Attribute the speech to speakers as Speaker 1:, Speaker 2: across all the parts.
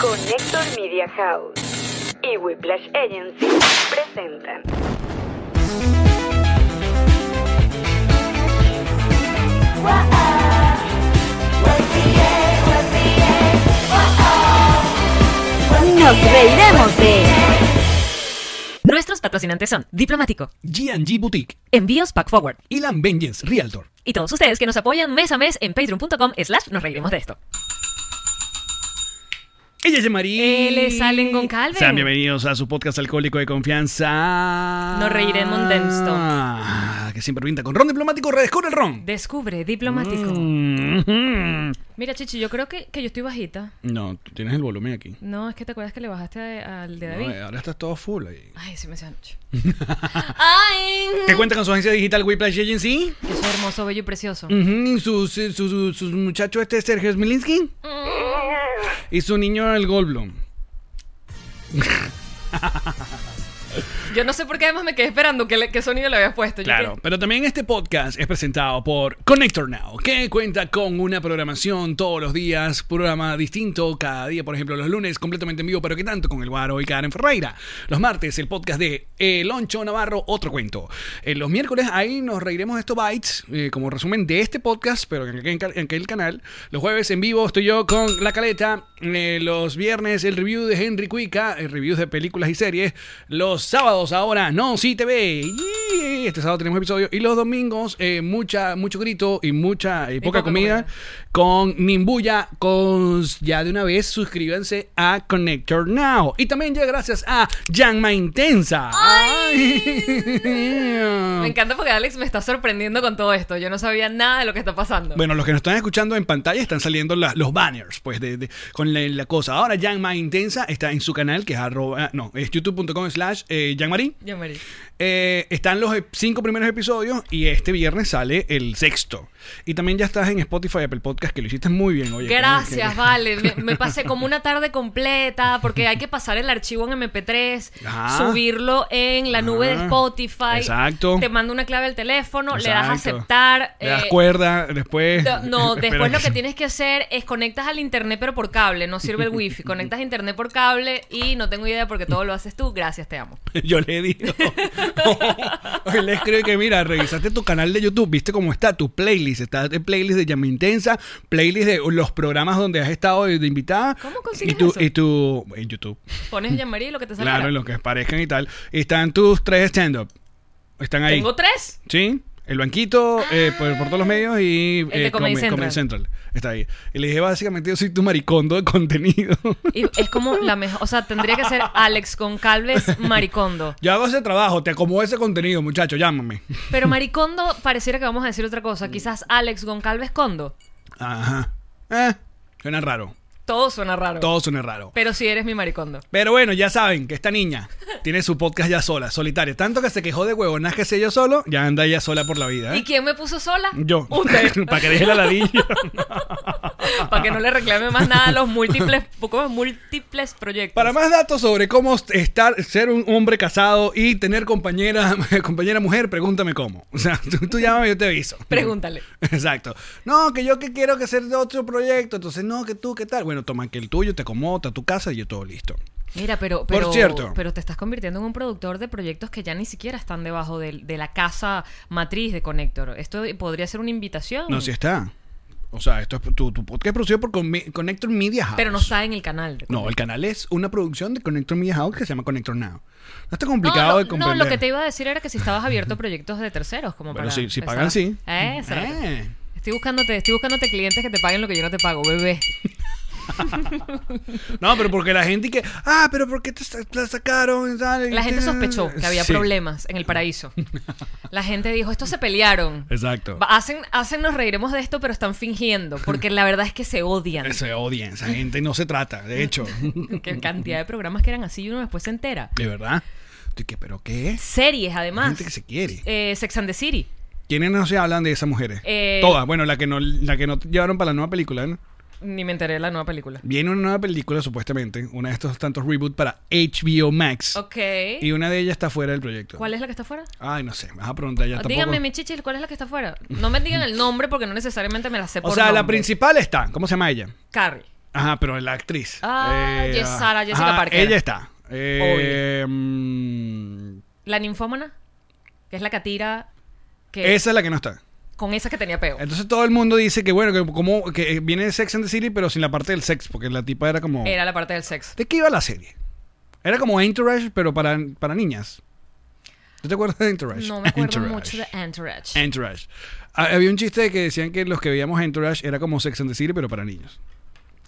Speaker 1: Connector Media House y Whiplash Agency presentan Nos reiremos de
Speaker 2: Nuestros patrocinantes son Diplomático,
Speaker 3: G&G Boutique
Speaker 2: Envíos Pack Forward
Speaker 3: y Land Vengeance Realtor.
Speaker 2: y todos ustedes que nos apoyan mes a mes en patreon.com slash nos reiremos de esto.
Speaker 3: Ella es de María.
Speaker 2: Él es Allen Goncalves.
Speaker 3: Sean bienvenidos a su podcast alcohólico de confianza.
Speaker 2: Nos reiremos de esto.
Speaker 3: Ah, Que siempre pinta con ron diplomático, redescubre el ron.
Speaker 2: Descubre Diplomático.
Speaker 3: Mm. Mhm.
Speaker 2: Mira, Chichi, yo creo que, que yo estoy bajita.
Speaker 3: No, tú tienes el volumen aquí.
Speaker 2: No, es que te acuerdas que le bajaste a- al de David.
Speaker 3: No, ahora estás todo full ahí.
Speaker 2: Ay, se me hace anoche. Ay,
Speaker 3: ¿Qué cuenta con su agencia digital Whiplash Agency?
Speaker 2: que soy hermoso, bello y precioso.
Speaker 3: Ujú, y su, su, su- su- su muchacho este Sergio Smilinski. Y su niño el Goldblum.
Speaker 2: Yo no sé por qué además me quedé esperando qué, le- qué sonido le habías puesto. Yo
Speaker 3: Claro, pero también este podcast es presentado por Connector Now, que cuenta con una programación todos los días, programa distinto cada día, por ejemplo, los lunes completamente en vivo, pero que tanto con El Guaro y Karen Ferreira. Los martes el podcast de eh, Loncho Navarro, otro cuento. Eh, los miércoles ahí nos reiremos de estos bytes, eh, como resumen de este podcast, pero en aquel, en aquel canal. Los jueves en vivo estoy yo con La Caleta. Eh, los viernes el review de Henry Cuica, eh, reviews de películas y series. Los sábados ahora No Sí TV. Y Este sábado tenemos episodio. Y los domingos eh, mucha, mucho grito y mucha y poca,
Speaker 2: poca
Speaker 3: comida, con Nimbuya. Con, ya de una vez suscríbanse a Connector Now. Y también ya gracias a Yanma Intensa. Ay.
Speaker 2: Me encanta porque Alex me está sorprendiendo con todo esto. Yo no sabía nada de lo que está pasando.
Speaker 3: Bueno, los que nos están escuchando en pantalla están saliendo la- los banners, pues, de, de- con la, la cosa. Ahora, Yanma Intensa está en su canal, que es arroba, no, es youtube.com slash eh, Yanmarín.
Speaker 2: Ya, María.
Speaker 3: Eh, están los eh, cinco primeros episodios y este viernes sale el sexto. Y también ya estás en Spotify, Apple Podcast, que lo hiciste muy bien, oye.
Speaker 2: Gracias,
Speaker 3: Que- que-
Speaker 2: vale. Me, me pasé como una tarde completa porque hay que pasar el archivo en MP3,
Speaker 3: Ajá.
Speaker 2: subirlo en la nube de
Speaker 3: Ajá.
Speaker 2: Spotify.
Speaker 3: Ah. Exacto.
Speaker 2: Te mando una clave al teléfono, le das a
Speaker 3: Exacto.
Speaker 2: aceptar.
Speaker 3: Le das
Speaker 2: eh,
Speaker 3: cuerda, después.
Speaker 2: no, No,
Speaker 3: espera
Speaker 2: después lo que tienes que hacer es conectas al internet pero por cable, no sirve el wifi, conectas internet por cable y no tengo idea porque todo lo haces tú, gracias, te amo.
Speaker 3: Yo le digo. le escribo que, mira, revisaste tu canal de YouTube, viste cómo está tu playlist. Está de playlist de Llama Intensa, playlist de los programas donde has estado de, de invitada.
Speaker 2: ¿Cómo consigues
Speaker 3: y tu,
Speaker 2: eso?
Speaker 3: Y tu, en YouTube.
Speaker 2: Pones llamaría y lo que te salga.
Speaker 3: Claro, en lo que parezcan y tal. Están tus tres stand-up. Están ahí.
Speaker 2: Tengo tres.
Speaker 3: Sí. El banquito eh, por, por todos los medios y
Speaker 2: El de
Speaker 3: eh,
Speaker 2: Comedy
Speaker 3: Come-
Speaker 2: Central.
Speaker 3: Está ahí. Y le dije, básicamente, yo soy tu maricondo de contenido.
Speaker 2: Y es como la mejor, o sea, tendría que ser Alex con Calves Maricondo.
Speaker 3: yo hago ese trabajo, te acomodo ese contenido, muchacho, llámame.
Speaker 2: Pero Maricondo pareciera que vamos a decir otra cosa. Quizás Alex Goncalves Condo.
Speaker 3: Ajá. Eh, suena raro.
Speaker 2: Todo suena raro.
Speaker 3: Todo suena raro.
Speaker 2: Pero si eres mi maricondo.
Speaker 3: Pero bueno, ya saben que esta niña tiene su podcast ya sola, solitaria. Tanto que se quejó de huevonas que sé yo solo, ya anda ya sola por la vida. ¿eh?
Speaker 2: ¿Y quién me puso sola?
Speaker 3: Yo.
Speaker 2: Usted.
Speaker 3: Para que deje la ladilla.
Speaker 2: Para que no le reclame más nada a los múltiples, poco múltiples proyectos.
Speaker 3: Para más datos sobre cómo estar, ser un hombre casado y tener compañera, compañera mujer, pregúntame cómo. O sea, tú, tú llámame y yo te aviso.
Speaker 2: Pregúntale.
Speaker 3: Exacto. No, que yo que quiero que hacer otro proyecto. Entonces, no, que tú, ¿qué tal? Bueno, toma que el tuyo, te acomoda, tu casa y yo todo listo.
Speaker 2: Mira, pero,
Speaker 3: Por
Speaker 2: pero,
Speaker 3: cierto.
Speaker 2: pero te estás convirtiendo en un productor de proyectos que ya ni siquiera están debajo del- de, la casa matriz de Connector. Esto podría ser una invitación.
Speaker 3: No, sí está. O sea, esto es tu, tu podcast es producido por Conmi- Connector Media House.
Speaker 2: Pero no está en el canal. de
Speaker 3: No, el canal es una producción de Connector Media House que se llama Connector Now. No está
Speaker 2: No,
Speaker 3: complicado
Speaker 2: lo-
Speaker 3: de comprender.
Speaker 2: No, lo que te iba a decir era que si estabas abierto a proyectos de terceros, como
Speaker 3: Bueno,
Speaker 2: para.
Speaker 3: si, si
Speaker 2: empezar.
Speaker 3: pagan, sí.
Speaker 2: Eh, exacto.
Speaker 3: Eh.
Speaker 2: Estoy buscándote, estoy buscándote clientes que te paguen lo que yo no te pago, bebé.
Speaker 3: No, pero porque la gente que. Ah, pero ¿por qué te sa- la sacaron? Tal, y
Speaker 2: La gente
Speaker 3: tal.
Speaker 2: sospechó que había
Speaker 3: Sí,
Speaker 2: problemas en el paraíso. La gente dijo, estos se pelearon.
Speaker 3: Exacto.
Speaker 2: Va- Hacen, hacen, nos reiremos de esto, pero están fingiendo, porque la verdad es que se odian.
Speaker 3: Se odian, esa gente no se trata, de hecho.
Speaker 2: Qué cantidad de programas que eran así y uno después se entera.
Speaker 3: De verdad. Estoy que, ¿Pero qué?
Speaker 2: Series,
Speaker 3: La
Speaker 2: además.
Speaker 3: gente que se quiere.
Speaker 2: Eh, Sex and the City.
Speaker 3: ¿Quiénes no se hablan de esas mujeres?
Speaker 2: Eh,
Speaker 3: Todas. Bueno, la que no, la que no llevaron para la nueva película, ¿no?
Speaker 2: Ni me enteré de la nueva película.
Speaker 3: Viene una nueva película, supuestamente, una de estos tantos reboot para HBO Max.
Speaker 2: Ok.
Speaker 3: Y una de ellas está fuera del proyecto.
Speaker 2: ¿Cuál es Ah, la que está afuera?
Speaker 3: Ay, no sé, me vas a preguntar ya tampoco.
Speaker 2: Díganme, mi chichis, ¿cuál es la que está afuera? No me digan el nombre porque no necesariamente me la sé por
Speaker 3: O sea, la
Speaker 2: nombre.
Speaker 3: principal está. ¿Cómo se llama ella?
Speaker 2: Carrie.
Speaker 3: Ajá, pero la actriz.
Speaker 2: Ah, yes,
Speaker 3: ah,
Speaker 2: Sarah Jessica Parker.
Speaker 3: Ella está. Eh, mm,
Speaker 2: La ninfómana, que es la que tira... Que
Speaker 3: esa es la que no está.
Speaker 2: Con esa que tenía peo.
Speaker 3: Entonces todo el mundo dice que bueno, que como que eh, viene de Sex and the City, pero sin la parte del sex, porque la tipa era como.
Speaker 2: Era la parte del sexo.
Speaker 3: ¿De qué iba la serie? Era como Entourage, pero para, para niñas. ¿Tú te acuerdas de Entourage?
Speaker 2: No me acuerdo
Speaker 3: Entourage.
Speaker 2: mucho de Entourage.
Speaker 3: Entourage. Ah, Había un chiste de que decían que los que veíamos Entourage era como Sex and the City, pero para niños.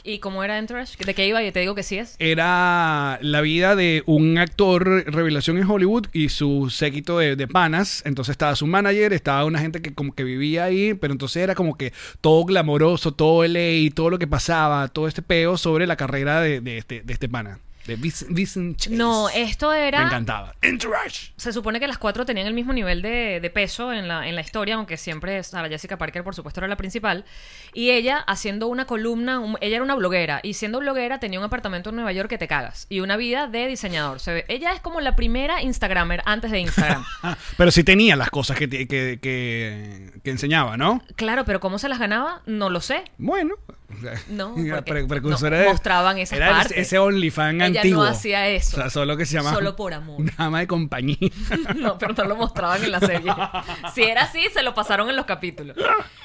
Speaker 2: ¿Y cómo era Entourage? ¿De qué iba? Y te digo que sí es.
Speaker 3: Era la vida de un actor revelación en Hollywood y su séquito de, de panas. Entonces estaba su manager, estaba una gente que como que vivía ahí, pero entonces era como que todo glamoroso, todo LA, todo lo que pasaba, todo este peo sobre la carrera de, de este, de este pana. De Vincent Vincent Chase.
Speaker 2: No, esto era...
Speaker 3: Me encantaba. Entourage.
Speaker 2: Se supone que las cuatro tenían el mismo nivel de, de peso en la, en la historia, aunque siempre Sarah Jessica Parker, por supuesto, era la principal. Y ella, haciendo una columna, un- ella era una bloguera, y siendo bloguera tenía un apartamento en Nueva York que te cagas, y una vida de diseñador. Se ve- ella es como la primera Instagramer antes de Instagram.
Speaker 3: Ah, pero sí tenía las cosas que, te- que, que- que enseñaba, ¿no?
Speaker 2: claro, pero ¿cómo se las ganaba? No lo sé.
Speaker 3: Bueno.
Speaker 2: No,
Speaker 3: Era
Speaker 2: porque
Speaker 3: pre- precursora
Speaker 2: no,
Speaker 3: de-
Speaker 2: mostraban esas
Speaker 3: era
Speaker 2: partes.
Speaker 3: ese- Ese OnlyFans
Speaker 2: Ella no
Speaker 3: antiguo.
Speaker 2: hacía eso.
Speaker 3: O sea, solo que se llamaba.
Speaker 2: Solo por amor.
Speaker 3: Una ama de compañía.
Speaker 2: No, pero no lo mostraban en la serie. Si era así, se lo pasaron en los capítulos.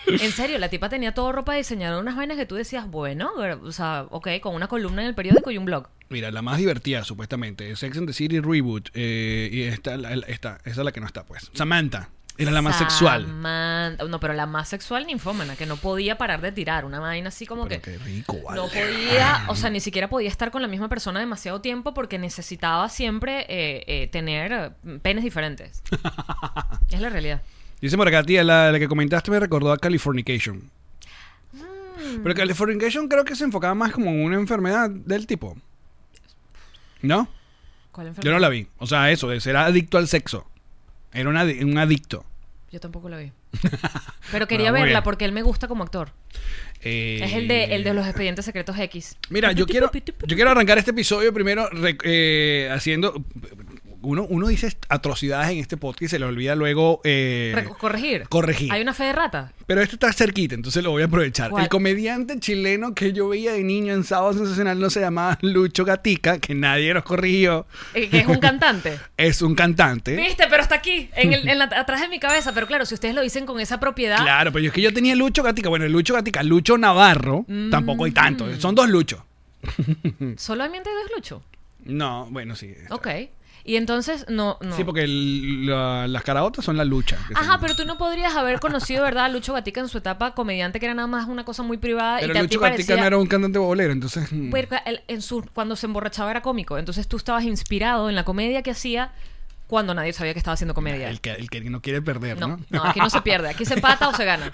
Speaker 2: En serio, la tipa tenía todo ropa diseñada, unas vainas que tú decías, bueno, o sea, ok, con una columna en el periódico y un blog.
Speaker 3: Mira, la más divertida, supuestamente. Sex and the City Reboot. eh, y esta, la- la- esta, esa es la que no está, pues. Samantha. Era la más sexual.
Speaker 2: Samantha- No, pero la más sexual ninfómana, que no podía parar de tirar, una vaina así como
Speaker 3: Pero
Speaker 2: que...
Speaker 3: qué rico, vale.
Speaker 2: No podía, o sea, ni siquiera podía estar con la misma persona demasiado tiempo porque necesitaba siempre eh, eh, tener eh, penes diferentes. es la realidad.
Speaker 3: Dice por acá, tía, la, la que comentaste me recordó a Californication.
Speaker 2: Mm.
Speaker 3: Pero Californication creo que se enfocaba más como en una enfermedad del tipo. ¿No?
Speaker 2: ¿Cuál
Speaker 3: Yo
Speaker 2: enfermedad?
Speaker 3: no la vi. O sea, eso, de ser adicto al sexo. Era un, adi- un adicto.
Speaker 2: Yo tampoco la vi. Pero quería
Speaker 3: Ah, muy
Speaker 2: verla
Speaker 3: bien.
Speaker 2: porque él me gusta como actor.
Speaker 3: Eh,
Speaker 2: Es el de, el de los expedientes secretos X.
Speaker 3: Mira, yo quiero, yo quiero arrancar este episodio primero re- eh, haciendo... Uno, uno dice est- atrocidades en este podcast y se le olvida luego... eh,
Speaker 2: Re- corregir.
Speaker 3: corregir.
Speaker 2: Hay una fe de rata.
Speaker 3: Pero esto está cerquita, entonces lo voy a aprovechar.
Speaker 2: ¿Cuál?
Speaker 3: El comediante chileno que yo veía de niño en Sábado Sensacional no se llamaba Lucho Gatica, que nadie nos corrigió.
Speaker 2: eh, que es un cantante.
Speaker 3: Es un cantante.
Speaker 2: Viste, pero está aquí, en el- en la- atrás de mi cabeza. Pero claro, si ustedes lo dicen con esa propiedad.
Speaker 3: Claro, pero es que yo tenía Lucho Gatica. Bueno, el Lucho Gatica, Lucho Navarro,
Speaker 2: Mm.
Speaker 3: tampoco hay tanto. Son dos Luchos.
Speaker 2: Solamente dos lucho.
Speaker 3: No, bueno, sí. está
Speaker 2: Ok. Y entonces, no. no.
Speaker 3: Sí, porque el- la- las caraotas son la lucha. que se
Speaker 2: Ajá,
Speaker 3: llama.
Speaker 2: pero tú no podrías haber conocido, ¿verdad? A Lucho Gatica en su etapa comediante, que era nada más una cosa muy privada. y
Speaker 3: Pero
Speaker 2: que a ti
Speaker 3: Lucho Gatica
Speaker 2: parecía-
Speaker 3: no era un cantante bolero, entonces. mm,
Speaker 2: Porque él- en su- cuando se emborrachaba era cómico. Entonces tú estabas inspirado en la comedia que hacía cuando nadie sabía que estaba haciendo comedia.
Speaker 3: el, que, el que no quiere perder, ¿no?
Speaker 2: no, no, aquí no se pierde. Aquí se pata o se gana.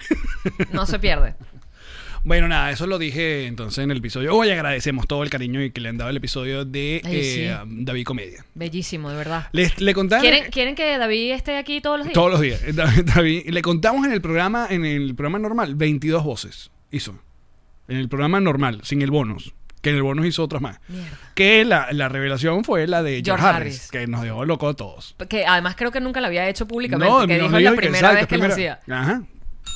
Speaker 2: No se pierde.
Speaker 3: Bueno, nada, eso lo dije entonces en el episodio. Hoy agradecemos todo el cariño y que le han dado el episodio de
Speaker 2: Ay,
Speaker 3: eh,
Speaker 2: sí.
Speaker 3: David Comedia.
Speaker 2: Bellísimo, de verdad.
Speaker 3: Les, le contaron.
Speaker 2: ¿Quieren, ¿Quieren que David esté aquí todos los días?
Speaker 3: Todos los días. Eh, David, David, le contamos en el programa, en el programa normal, 22 voces hizo. En el programa normal, sin el bonus. Que en el bonus hizo otras más.
Speaker 2: Mierda.
Speaker 3: Que la, la revelación fue la de George
Speaker 2: George
Speaker 3: Harris,
Speaker 2: Harris.
Speaker 3: que nos dejó loco a todos.
Speaker 2: Que además creo que nunca lo había hecho públicamente. que
Speaker 3: nos
Speaker 2: dijo la
Speaker 3: dijo que
Speaker 2: primera
Speaker 3: exacto,
Speaker 2: vez que lo
Speaker 3: primera-
Speaker 2: hacía.
Speaker 3: Ajá.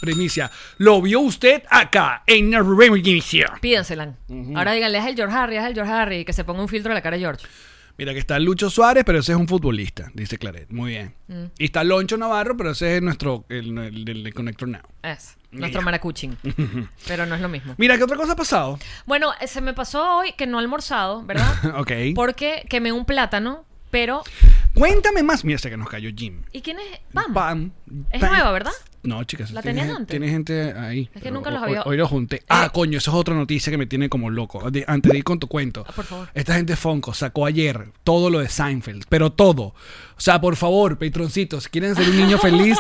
Speaker 3: Primicia. Lo vio usted acá, en la Reminicia.
Speaker 2: Pídensela. Ahora díganle, es el George Harry, es el George Harry. Que se ponga un filtro en la cara de George.
Speaker 3: Mira, que está Lucho Suárez, pero ese es un futbolista, dice Claret. Muy bien.
Speaker 2: Mm.
Speaker 3: Y está Loncho Navarro, pero ese es nuestro, el, el, el de Connector Now.
Speaker 2: Es nuestro maracuchín. Pero no es lo mismo.
Speaker 3: Mira, ¿qué otra cosa ha pasado?
Speaker 2: Bueno, eh, se me pasó hoy que no he almorzado, ¿verdad?
Speaker 3: ok.
Speaker 2: Porque quemé un plátano, pero
Speaker 3: Cuéntame más. Mira, hasta que nos cayó Jim.
Speaker 2: ¿Y quién es Pam?
Speaker 3: Pam.
Speaker 2: Es
Speaker 3: Pam.
Speaker 2: nueva, ¿verdad?
Speaker 3: No, chicas.
Speaker 2: ¿La
Speaker 3: tiene,
Speaker 2: tenías antes?
Speaker 3: Tiene gente ahí.
Speaker 2: que
Speaker 3: pero
Speaker 2: nunca los
Speaker 3: hoy-
Speaker 2: había- Eh.
Speaker 3: Hoy, lo junté. Ah, coño, eso es otra noticia que me tiene como loco. De- antes de ir con tu cuento.
Speaker 2: Ah, por favor.
Speaker 3: Esta gente Fonco sacó ayer todo lo de Seinfeld, pero todo. O sea, por favor, patroncitos, ¿quieren ser un niño feliz?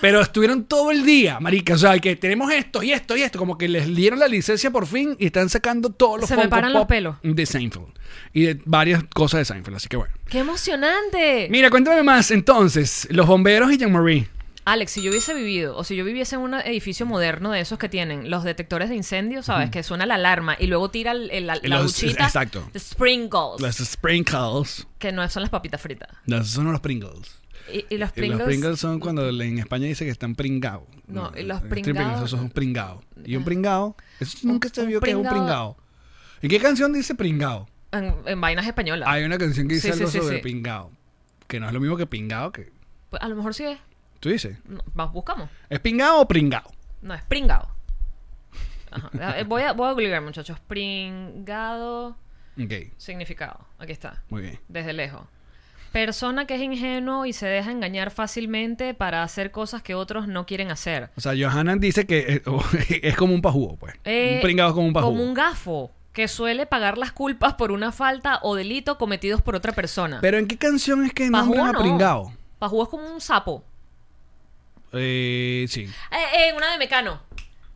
Speaker 3: Pero estuvieron todo el día, marica. O sea, que tenemos esto y esto y esto. Como que les dieron la licencia por fin y están sacando todos los
Speaker 2: Se me
Speaker 3: Funko
Speaker 2: paran los
Speaker 3: Pop
Speaker 2: pelos.
Speaker 3: De Seinfeld. Y de varias cosas de Seinfeld. Así que bueno.
Speaker 2: ¡Qué emocionante!
Speaker 3: Mira, cuéntame más. Entonces, los bomberos y Jean-Marie.
Speaker 2: Alex, si yo hubiese vivido, o si yo viviese en un edificio moderno de esos que tienen los detectores de incendios, ¿sabes? Que suena la alarma y luego tira el- el- la, la
Speaker 3: Los-
Speaker 2: duchita.
Speaker 3: exacto.
Speaker 2: The Sprinkles.
Speaker 3: Las Sprinkles.
Speaker 2: Que no son las papitas fritas.
Speaker 3: Las son los Pringles.
Speaker 2: Y, y los
Speaker 3: Eh,
Speaker 2: Pringles.
Speaker 3: Los Pringles son cuando en España dice que están pringados.
Speaker 2: No, y los pringados-
Speaker 3: Pringles. Eso es un pringado. Y un pringado. Eso nunca se
Speaker 2: un
Speaker 3: vio que es un
Speaker 2: pringado-
Speaker 3: pringado. ¿En qué canción dice pringado?
Speaker 2: En, en vainas españolas.
Speaker 3: Hay una canción que dice
Speaker 2: Sí, sí,
Speaker 3: algo
Speaker 2: sí,
Speaker 3: sobre
Speaker 2: sí.
Speaker 3: pringado. Que no es lo mismo que pringado que.
Speaker 2: Pues, a lo mejor sí es.
Speaker 3: ¿Tú dices?
Speaker 2: no, vamos, buscamos.
Speaker 3: ¿Es pingado o pringado?
Speaker 2: No, es pringado. Ajá. Eh, Voy a, voy a googlear, muchachos. Pringado
Speaker 3: Ok,
Speaker 2: significado. Aquí está.
Speaker 3: muy bien.
Speaker 2: Desde lejos. Persona que es ingenuo y se deja engañar fácilmente para hacer cosas que otros no quieren hacer.
Speaker 3: O sea, Johanna dice que es, o- es como un pajugo, pues.
Speaker 2: Eh,
Speaker 3: un pringado es como un pajugo.
Speaker 2: Como un gafo que suele pagar las culpas por una falta o delito cometidos por otra persona.
Speaker 3: Pero ¿en qué canción es que
Speaker 2: Pajúo
Speaker 3: nombran a
Speaker 2: no.
Speaker 3: pringado?
Speaker 2: Pajúo es como un sapo.
Speaker 3: Eh, sí.
Speaker 2: Eh, eh, una de Mecano.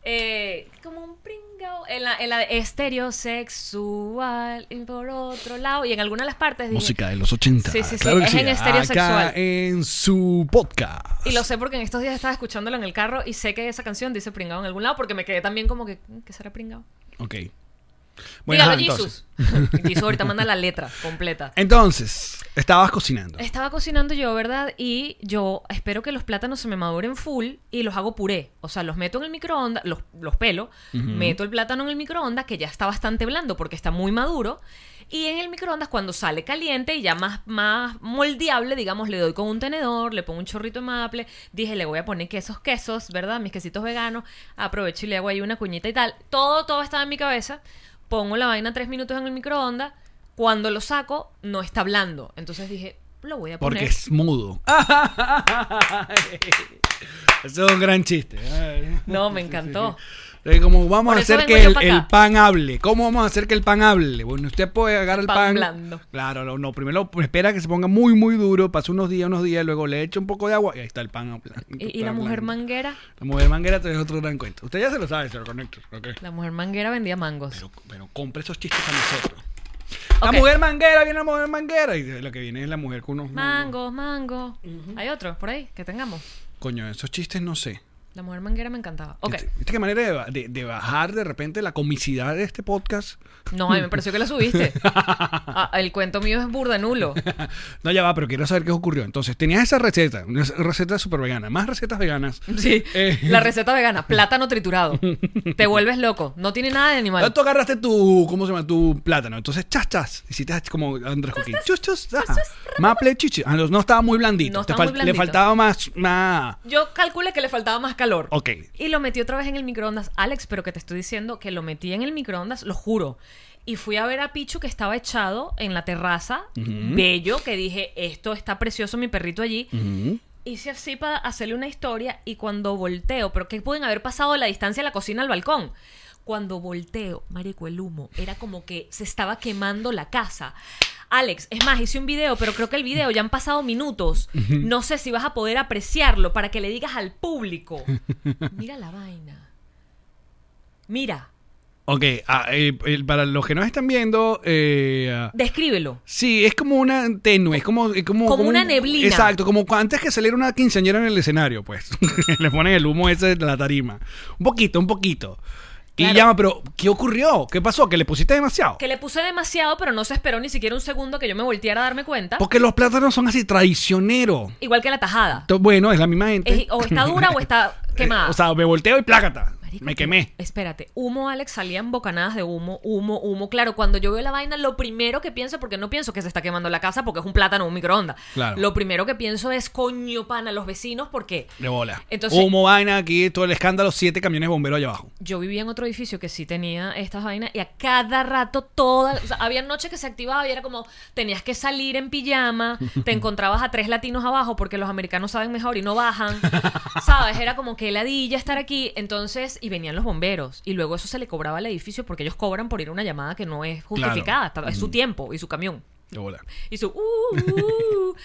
Speaker 2: Eh, como un pringao. En la, en la de estéreo sexual. Y por otro lado. Y en alguna de las partes. dije-
Speaker 3: Música de los 80.
Speaker 2: Sí, sí, sí,
Speaker 3: claro que
Speaker 2: es en estereosexual.
Speaker 3: Acá en su podcast.
Speaker 2: Y lo sé porque en estos días estaba escuchándolo en el carro y sé que esa canción dice pringao en algún lado porque me quedé también como que. "Mm, ¿Qué será pringao?
Speaker 3: Ok.
Speaker 2: Dígalo,
Speaker 3: ajá, entonces.
Speaker 2: Jesus. Jesus ahorita manda la letra completa.
Speaker 3: Entonces, estabas cocinando.
Speaker 2: Estaba cocinando yo, ¿verdad? Y yo espero que los plátanos se me maduren full y los hago puré. O sea, los meto en el microondas, los, los pelo, meto el plátano en el microondas, que ya está bastante blando porque está muy maduro. Y en el microondas, cuando sale caliente y ya más, más moldeable, digamos, le doy con un tenedor, le pongo un chorrito de maple. Dije, le voy a poner quesos, quesos, ¿verdad? Mis quesitos veganos. Aprovecho y le hago ahí una cuñita y tal. Todo, todo estaba en mi cabeza. Pongo la vaina tres minutos en el microondas. Cuando lo saco, no está blando. Entonces dije, lo voy a poner.
Speaker 3: Porque es mudo. Eso es un gran chiste. Ay.
Speaker 2: No, me encantó.
Speaker 3: Eh, Como vamos
Speaker 2: Por
Speaker 3: a
Speaker 2: eso
Speaker 3: hacer
Speaker 2: vengo
Speaker 3: que
Speaker 2: yo
Speaker 3: el,
Speaker 2: pa' acá.
Speaker 3: el pan hable. ¿Cómo vamos a hacer que el pan hable? Bueno, usted puede agarrar el
Speaker 2: Pan
Speaker 3: pan.
Speaker 2: blando.
Speaker 3: Claro, no, no, primero espera que se ponga muy, muy duro. Pasa unos días, unos días, luego le echa un poco de agua y ahí está el pan. blan-
Speaker 2: Y, y la
Speaker 3: pan
Speaker 2: mujer
Speaker 3: blando.
Speaker 2: manguera,
Speaker 3: La mujer manguera te es otro gran cuento. Usted ya se lo sabe, se lo conecto. ok.
Speaker 2: la mujer manguera vendía mangos.
Speaker 3: Pero, pero compre esos chistes a nosotros.
Speaker 2: Ok.
Speaker 3: La mujer manguera, viene la mujer manguera. Y lo que viene es la mujer con unos.
Speaker 2: Mangos, mangos. Hay otro por ahí que tengamos.
Speaker 3: Coño, esos chistes no sé. Este,
Speaker 2: La mujer manguera me encantaba. Ok.
Speaker 3: ¿Viste- ¿Viste qué manera de ba- de, de bajar de repente la comicidad de este podcast?
Speaker 2: No, a mí me pareció que la subiste. Ah, el cuento mío es burda nulo.
Speaker 3: No, ya va, pero quiero saber qué ocurrió. Entonces, tenías esa receta, una receta súper vegana, más recetas veganas.
Speaker 2: Sí.
Speaker 3: Eh.
Speaker 2: La receta vegana, plátano triturado. Te vuelves loco. No tiene nada de
Speaker 3: Ahora
Speaker 2: animal.
Speaker 3: Tú agarraste tu, ¿cómo se llama? Tu plátano. Entonces, chas, chas. Hiciste así como Andrés Coquín. Chus, chus. ah. Maple, chichi. Ah, no, no estaba muy blandito.
Speaker 2: No
Speaker 3: Te
Speaker 2: estaba
Speaker 3: fal-
Speaker 2: muy blandito.
Speaker 3: Le faltaba más, más.
Speaker 2: Yo calculé que le faltaba más calor.
Speaker 3: Ok.
Speaker 2: Y lo metí otra vez en el microondas. Alex, pero que te estoy diciendo que lo metí en el microondas, lo juro. Y fui a ver a Pichu que estaba echado en la terraza, bello, que dije, esto está precioso, mi perrito allí.
Speaker 3: Mm.
Speaker 2: Hice así para hacerle una historia y cuando volteo, pero que pueden haber pasado de la distancia de la cocina al balcón. Cuando volteo, marico, el humo, era como que se estaba quemando la casa. Alex, es más, hice un video, pero creo que el video ya han pasado minutos. No sé si vas a poder apreciarlo para que le digas al público. Mira la vaina. Mira,
Speaker 3: Ok, ah, eh, eh, para los que nos están viendo, eh, ah,
Speaker 2: descríbelo.
Speaker 3: sí, es como una tenue, es como, es como,
Speaker 2: Como una
Speaker 3: un-
Speaker 2: neblina.
Speaker 3: Exacto, como cu- antes que saliera una quinceañera en el escenario, pues. Le ponen el humo ese de la tarima. Un poquito, un poquito.
Speaker 2: Claro.
Speaker 3: Y llama, pero ¿qué ocurrió? ¿Qué pasó? ¿Que le pusiste demasiado?
Speaker 2: Que le puse demasiado, pero no se esperó ni siquiera un segundo que yo me volteara a darme cuenta.
Speaker 3: Porque los plátanos son así traicioneros.
Speaker 2: Igual que la tajada.
Speaker 3: To- Bueno, es la misma gente.
Speaker 2: Es- o está dura o está
Speaker 3: Eh,
Speaker 2: quemada.
Speaker 3: o sea, me volteo y plácata.
Speaker 2: marico,
Speaker 3: Me
Speaker 2: que-
Speaker 3: quemé.
Speaker 2: Espérate, humo, Alex, salían bocanadas de humo, humo, humo. Claro, cuando yo veo la vaina, lo primero que pienso, porque no pienso que se está quemando la casa porque es un plátano, un microondas.
Speaker 3: Claro.
Speaker 2: Lo primero que pienso es, coño, pana, los vecinos, porque
Speaker 3: De bola.
Speaker 2: Entonces-
Speaker 3: Humo, vaina, aquí todo el escándalo, siete camiones bomberos allá abajo.
Speaker 2: yo vivía en otro edificio que sí tenía estas vainas y a cada rato todas, o sea, había noches que se activaba y era como tenías que salir en pijama, te encontrabas a tres latinos abajo porque los americanos saben mejor y no bajan, sabes, era como que ladilla estar aquí, entonces y venían los bomberos y luego eso se le cobraba al edificio porque ellos cobran por ir a una llamada que no es justificada, está- es su tiempo y su camión
Speaker 3: De bola.
Speaker 2: y su uh, uh, uh.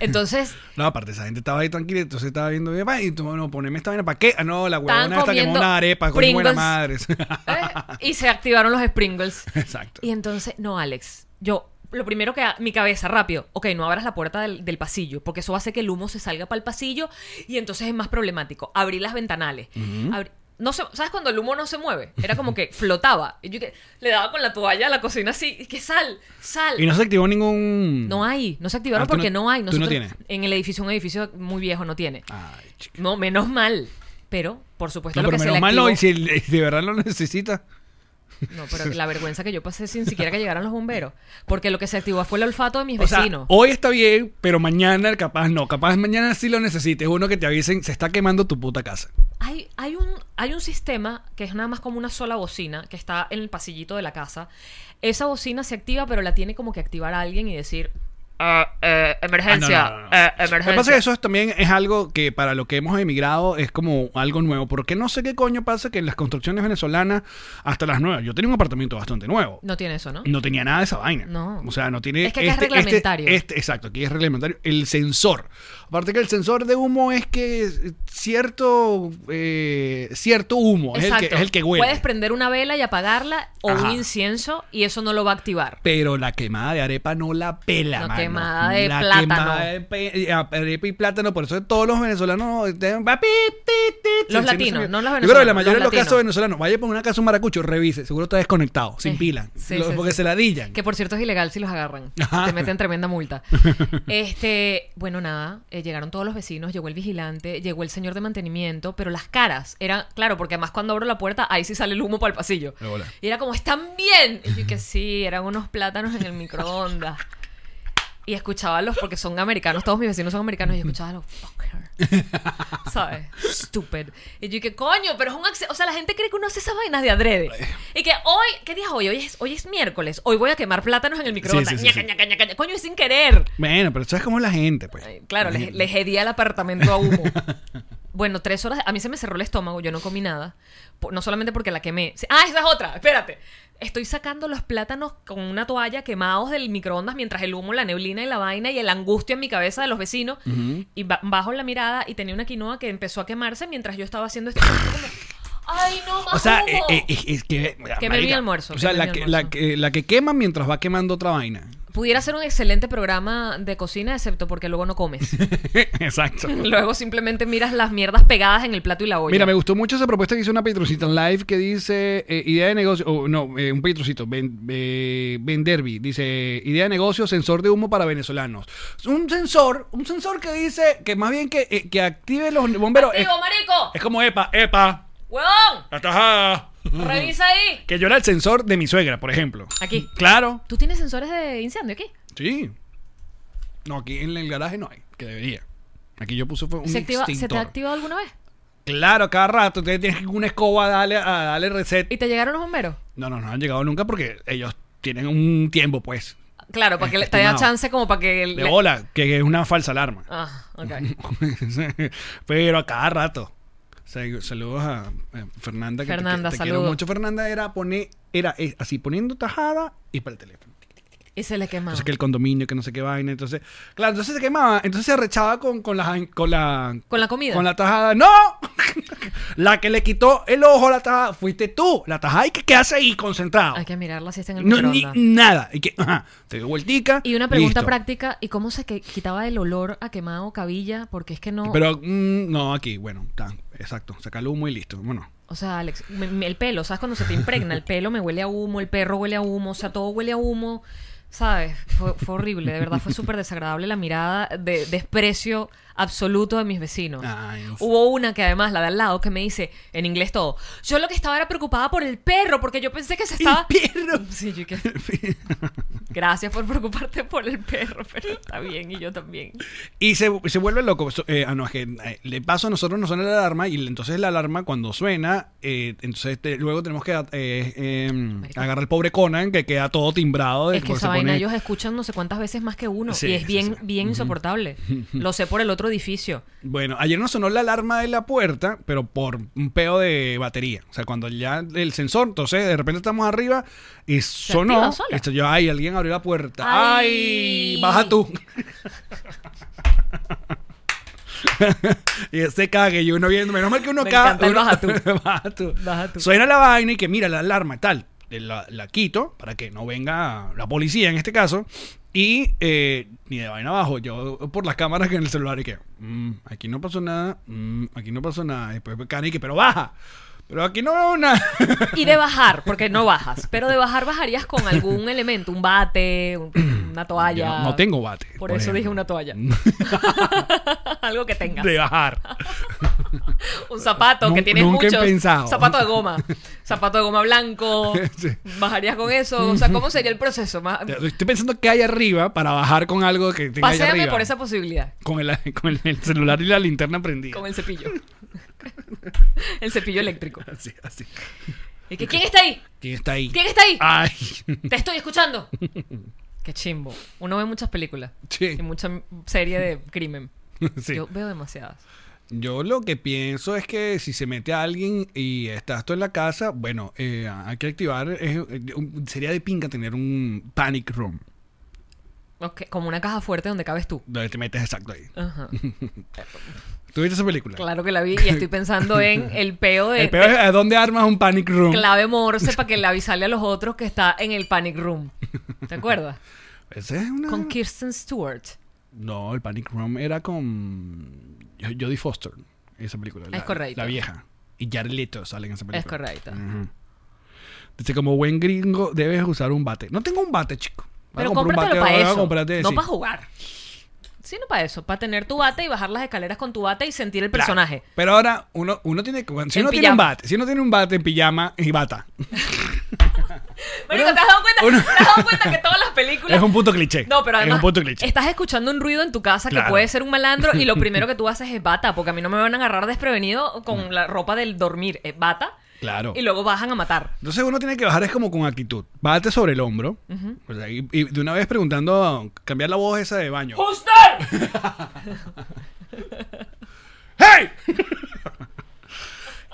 Speaker 2: entonces
Speaker 3: No, aparte, esa gente estaba ahí tranquila, entonces estaba viendo, "Epa, y tú, no, poneme esta vaina, ¿para qué? Ah, no, la huevona esta quemó
Speaker 2: comiendo
Speaker 3: una arepa, coño, buena
Speaker 2: Pringles.
Speaker 3: madre.
Speaker 2: eh, y se activaron los Springles.
Speaker 3: Exacto.
Speaker 2: Y entonces, no, Alex, yo, lo primero que, ha- mi cabeza, rápido, ok, no abras la puerta del, del pasillo, porque eso hace que el humo se salga para el pasillo y entonces es más problemático. Abrí las ventanales. Abrí- no sé, ¿sabes cuando el humo no se mueve? Era como que flotaba. Y yo que, le daba con la toalla a la cocina así, y que sal, sal.
Speaker 3: Y no se activó ningún.
Speaker 2: No hay, no se activaron
Speaker 3: Ah, tú no-
Speaker 2: porque no, hay.
Speaker 3: tú no
Speaker 2: Nosotros,
Speaker 3: tienes.
Speaker 2: En el edificio, un edificio muy viejo no tiene.
Speaker 3: Ay, chica.
Speaker 2: No, menos mal. Pero, por supuesto,
Speaker 3: No,
Speaker 2: lo
Speaker 3: pero
Speaker 2: que se le
Speaker 3: menos mal no,
Speaker 2: activó-
Speaker 3: y si el- de verdad lo necesita.
Speaker 2: No, pero la vergüenza que yo pasé sin siquiera que llegaran los bomberos. Porque lo que se activó fue el olfato de mis
Speaker 3: O sea,
Speaker 2: vecinos.
Speaker 3: hoy está bien, pero mañana capaz no. Capaz mañana sí lo necesites. Uno que te avisen, se está quemando tu puta casa.
Speaker 2: hay, hay, un, hay un sistema que es nada más como una sola bocina que está en el pasillito de la casa. Esa bocina se activa, pero la tiene como que activar alguien y decir. "Ah, eh, emergencia,
Speaker 3: Ah, no, no, no, no.
Speaker 2: eh,
Speaker 3: Lo que pasa es
Speaker 2: emergencia.
Speaker 3: que eso es- también es algo que para lo que hemos emigrado es como algo nuevo. Porque no sé qué coño pasa que en las construcciones venezolanas, hasta las nuevas, yo tenía un apartamento bastante nuevo.
Speaker 2: No tiene eso, ¿no?
Speaker 3: No tenía nada de esa vaina.
Speaker 2: No.
Speaker 3: O sea, no tiene.
Speaker 2: Es que acá es reglamentario.
Speaker 3: este- exacto, aquí es reglamentario. El sensor. Aparte que el sensor de humo es que cierto eh, cierto humo es el, que, es el que huele.
Speaker 2: Puedes prender una vela y apagarla o
Speaker 3: Ajá.
Speaker 2: un incienso y eso no lo va a activar.
Speaker 3: Pero la quemada de arepa no la pela,
Speaker 2: La
Speaker 3: mano.
Speaker 2: quemada de
Speaker 3: La
Speaker 2: plátano.
Speaker 3: quemada de pe- eh, arepa y plátano. Por eso todos los venezolanos... te- va, pi, pi, ti, ti,
Speaker 2: Los
Speaker 3: sí,
Speaker 2: latinos,
Speaker 3: sé.
Speaker 2: no los
Speaker 3: Yo creo que la
Speaker 2: venezolanos,
Speaker 3: mayoría
Speaker 2: los
Speaker 3: de los casos
Speaker 2: latinos.
Speaker 3: venezolanos. Vaya por una casa un maracucho, revise. Seguro está desconectado, sin
Speaker 2: Sí,
Speaker 3: pila.
Speaker 2: sí,
Speaker 3: Lo-
Speaker 2: sí,
Speaker 3: porque
Speaker 2: sí.
Speaker 3: se la dillan.
Speaker 2: Que por cierto es ilegal si los agarran.
Speaker 3: Ajá.
Speaker 2: Te meten tremenda multa. Este, bueno, nada, eh, llegaron todos los vecinos, llegó el vigilante, llegó el señor de mantenimiento, pero las caras eran, claro, porque además cuando abro la puerta, ahí sí sale el humo para el pasillo.
Speaker 3: De bola.
Speaker 2: Y era como, ¿están bien? Y yo que sí, eran unos plátanos en el microondas. Y escuchaba los, porque son americanos, todos mis vecinos son americanos, y yo escuchaba los fucker. ¿Sabes? Stupid. Y yo que coño, pero es un acce- O sea, la gente cree que uno hace esas vainas de adrede. Y que hoy, ¿qué día es hoy? Hoy es, hoy es miércoles. Hoy voy a quemar plátanos en el microondas.
Speaker 3: sí, sí,
Speaker 2: Ñaca,
Speaker 3: sí.
Speaker 2: ñaca, ñaca, ñaca. Coño, es sin querer.
Speaker 3: Bueno, pero sabes cómo es la gente, pues.
Speaker 2: Ay, Claro, les, les hedía el apartamento a humo. Bueno, tres horas. A mí se me cerró el estómago, yo no comí nada. Po- No solamente porque la quemé. Sí, Ah, esa es otra, espérate. Estoy sacando los plátanos con una toalla quemados del microondas mientras el humo, la neblina y la vaina y el angustia en mi cabeza de los vecinos. Y ba- bajo la mirada y tenía una quinoa que empezó a quemarse mientras yo estaba haciendo esto. Como, ¡Ay, no, más
Speaker 3: O sea,
Speaker 2: humo!
Speaker 3: eh, eh, es, es que...
Speaker 2: Que me
Speaker 3: marica,
Speaker 2: mi almuerzo,
Speaker 3: O
Speaker 2: que
Speaker 3: sea,
Speaker 2: me
Speaker 3: la
Speaker 2: mi
Speaker 3: que, la,
Speaker 2: almuerzo.
Speaker 3: que, la que quema mientras va quemando otra vaina.
Speaker 2: Pudiera ser un excelente programa de cocina, excepto porque luego no comes.
Speaker 3: Exacto.
Speaker 2: luego simplemente miras las mierdas pegadas en el plato y la olla.
Speaker 3: Mira, me gustó mucho esa propuesta que hizo una Petrocita en live que dice eh, idea de negocio, o no, eh, un Petrocito, Ben, eh, Ben Derby, dice idea de negocio, sensor de humo para venezolanos. Un sensor, un sensor que dice que más bien que, eh, que active los bomberos. Es,
Speaker 2: ¡Activo, marico!
Speaker 3: es como epa, epa,
Speaker 2: ¡Huevón!
Speaker 3: atajá.
Speaker 2: ¡Revisa ahí!
Speaker 3: Que yo era el sensor de mi suegra, por ejemplo.
Speaker 2: Aquí.
Speaker 3: Claro.
Speaker 2: ¿Tú tienes sensores de incendio aquí?
Speaker 3: Sí. No, aquí en el garaje no hay, que debería. Aquí yo puse fue un
Speaker 2: ¿Se, activa- ¿Se te
Speaker 3: extintor.
Speaker 2: ha activado alguna vez?
Speaker 3: Claro, cada rato ustedes tienen una escoba dale, a darle reset.
Speaker 2: ¿Y te llegaron los bomberos?
Speaker 3: No, no, no han llegado nunca porque ellos tienen un tiempo, pues.
Speaker 2: Claro, para que le- te
Speaker 3: Estimado.
Speaker 2: dé chance como para que...
Speaker 3: De
Speaker 2: le-
Speaker 3: bola, que es una falsa alarma.
Speaker 2: Ah, ok.
Speaker 3: Pero a cada rato. Sal- Saludos a eh, Fernanda. Que te-
Speaker 2: Fernanda,
Speaker 3: te, quiero
Speaker 2: saludos.
Speaker 3: mucho. Fernanda era poner, era eh, así poniendo tajada y para el teléfono.
Speaker 2: Ah. Y se le quema.
Speaker 3: Entonces que el condominio, que no sé qué vaina. Entonces, claro, entonces se quemaba. Entonces se arrechaba con, con, la, con la...
Speaker 2: ¿Con la comida?
Speaker 3: Con la tajada. ¡No! la que le quitó el ojo a la tajada fuiste tú. La tajada y que quedarse ahí concentrado.
Speaker 2: Hay que mirarla si está en el
Speaker 3: No, ni
Speaker 2: microondas.
Speaker 3: nada. Y que, ajá, te dio vueltica.
Speaker 2: Y una pregunta
Speaker 3: listo.
Speaker 2: práctica, ¿y cómo se que- quitaba el olor a quemado cabilla? Porque es que no...
Speaker 3: Pero, mm, no, aquí, bueno, tan, exacto. Saca el humo y listo. Bueno.
Speaker 2: O sea, Alex, me- me- el pelo, ¿sabes? Cuando se te impregna el pelo, me huele a humo, el perro huele a humo, o sea, todo huele a humo. ¿Sabes? Fue, fue horrible, de verdad. Fue súper desagradable la mirada de desprecio absoluto de mis vecinos.
Speaker 3: Ay,
Speaker 2: Hubo una que además, la de al lado, que me dice en inglés todo. Yo lo que estaba era preocupada por el perro, porque yo pensé que se estaba.
Speaker 3: perro!
Speaker 2: Sí, yo que- Gracias por preocuparte por el perro, pero está bien, y yo también.
Speaker 3: Y se, se vuelve loco. So- eh, ah, no, es que eh, le paso a nosotros nos suena la alarma y entonces la alarma cuando suena, eh, entonces te- luego tenemos que eh, eh, agarrar al pobre Conan que queda todo timbrado. De
Speaker 2: Es que
Speaker 3: porque
Speaker 2: esa
Speaker 3: se
Speaker 2: vaina
Speaker 3: pone-
Speaker 2: ellos escuchan no sé cuántas veces más que uno
Speaker 3: Sí,
Speaker 2: y es
Speaker 3: sí,
Speaker 2: bien,
Speaker 3: sí.
Speaker 2: bien insoportable. Lo sé por el otro edificio.
Speaker 3: Bueno, ayer nos sonó la alarma de la puerta, pero por un peo de batería. O sea, cuando ya el sensor, entonces de repente estamos arriba y sonó.
Speaker 2: activa sola.
Speaker 3: Esto yo, ay, alguien abrió la puerta. ¡Ay!
Speaker 2: Ay.
Speaker 3: ¡Baja tú! y este cague, y uno viendo, menos mal que uno
Speaker 2: Me encanta
Speaker 3: caga.
Speaker 2: el
Speaker 3: uno-
Speaker 2: baja tú.
Speaker 3: baja tú.
Speaker 2: Baja tú.
Speaker 3: Suena la vaina y que mira la alarma, tal. Eh, La, la quito para que no venga la policía en este caso. Y eh, ni de vaina abajo, yo por las cámaras que en el celular y que mm, aquí no pasó nada, mm, aquí no pasó nada. Después cara y que, pero baja, pero aquí no veo nada.
Speaker 2: Y de bajar, porque no bajas. Pero de bajar bajarías con algún elemento, un bate, un- una
Speaker 3: Yo
Speaker 2: toalla.
Speaker 3: no, no tengo bate.
Speaker 2: Por, eso
Speaker 3: ejemplo.
Speaker 2: dije una toalla. Algo que tengas.
Speaker 3: De bajar.
Speaker 2: Un zapato que
Speaker 3: Nun-
Speaker 2: tienes
Speaker 3: nunca he
Speaker 2: muchos.
Speaker 3: pensado.
Speaker 2: Zapato de goma. Zapato de goma blanco.
Speaker 3: Sí.
Speaker 2: Bajarías con eso. O sea, ¿cómo sería el proceso? Más-
Speaker 3: Estoy pensando que hay arriba para bajar con algo que tenga allá
Speaker 2: Paseame
Speaker 3: arriba.
Speaker 2: por esa posibilidad.
Speaker 3: Con el, con el- el celular y la linterna prendida.
Speaker 2: Con el cepillo. el cepillo eléctrico.
Speaker 3: Así, así.
Speaker 2: Y que, ¿Quién está ahí?
Speaker 3: ¿Quién está ahí?
Speaker 2: ¿Quién está ahí?
Speaker 3: Ay.
Speaker 2: Te estoy escuchando. Qué chimbo. Uno ve muchas películas
Speaker 3: Sí.
Speaker 2: y mucha serie de crimen.
Speaker 3: Sí.
Speaker 2: Yo veo demasiadas.
Speaker 3: Yo lo que pienso es que si se mete a alguien y estás tú en la casa, bueno, eh, hay que activar. es- eh, un- sería de pinga tener un panic room.
Speaker 2: Ok, Como una caja fuerte donde cabes tú.
Speaker 3: Donde te metes exacto ahí.
Speaker 2: Ajá.
Speaker 3: ¿Tú viste esa película?
Speaker 2: Claro Eh, que la vi y estoy pensando en el peo de,
Speaker 3: El peor es ¿a dónde armas un panic room.
Speaker 2: clave morse para que le avisarle a los otros que está en el panic room. ¿Te acuerdas?
Speaker 3: Esa es una.
Speaker 2: Con Kirsten Stewart.
Speaker 3: No, el panic room era con Jodie Foster. Esa película. la-
Speaker 2: correcto.
Speaker 3: La vieja. Y Jared Leto sale en esa película.
Speaker 2: Es correcto.
Speaker 3: Ujú. Dice, como buen gringo, debes usar un bate. No tengo un bate, chico. Voy a
Speaker 2: Pero
Speaker 3: comprar un bate,
Speaker 2: cómpratelo para
Speaker 3: voy a
Speaker 2: eso.
Speaker 3: comprarte,
Speaker 2: no
Speaker 3: sí.
Speaker 2: para jugar. Sino para eso. Para tener tu bate y bajar las escaleras con tu bate y sentir el
Speaker 3: Claro.
Speaker 2: personaje.
Speaker 3: Pero ahora uno, uno tiene que- bueno, si
Speaker 2: En
Speaker 3: uno tiene un
Speaker 2: pijama.
Speaker 3: bate, si uno tiene un bate en pijama y bata.
Speaker 2: Marico, ¿te has dado cuenta?
Speaker 3: uno-
Speaker 2: ¿Te has dado cuenta que todas las películas...
Speaker 3: es un punto cliché.
Speaker 2: No, pero además
Speaker 3: es un punto cliché.
Speaker 2: estás escuchando un ruido en tu casa
Speaker 3: Claro.
Speaker 2: que puede ser un malandro y lo primero que tú haces es bata, porque a mí no me van a agarrar desprevenido con la ropa del dormir, es bata.
Speaker 3: Mm. Claro.
Speaker 2: Y luego bajan a matar.
Speaker 3: Entonces uno tiene que bajar es como con actitud. Bate sobre el hombro. O sea, y, y de una vez preguntando, cambiar la voz esa de baño.
Speaker 2: Oh. ¡Juster!
Speaker 3: ¡Hey!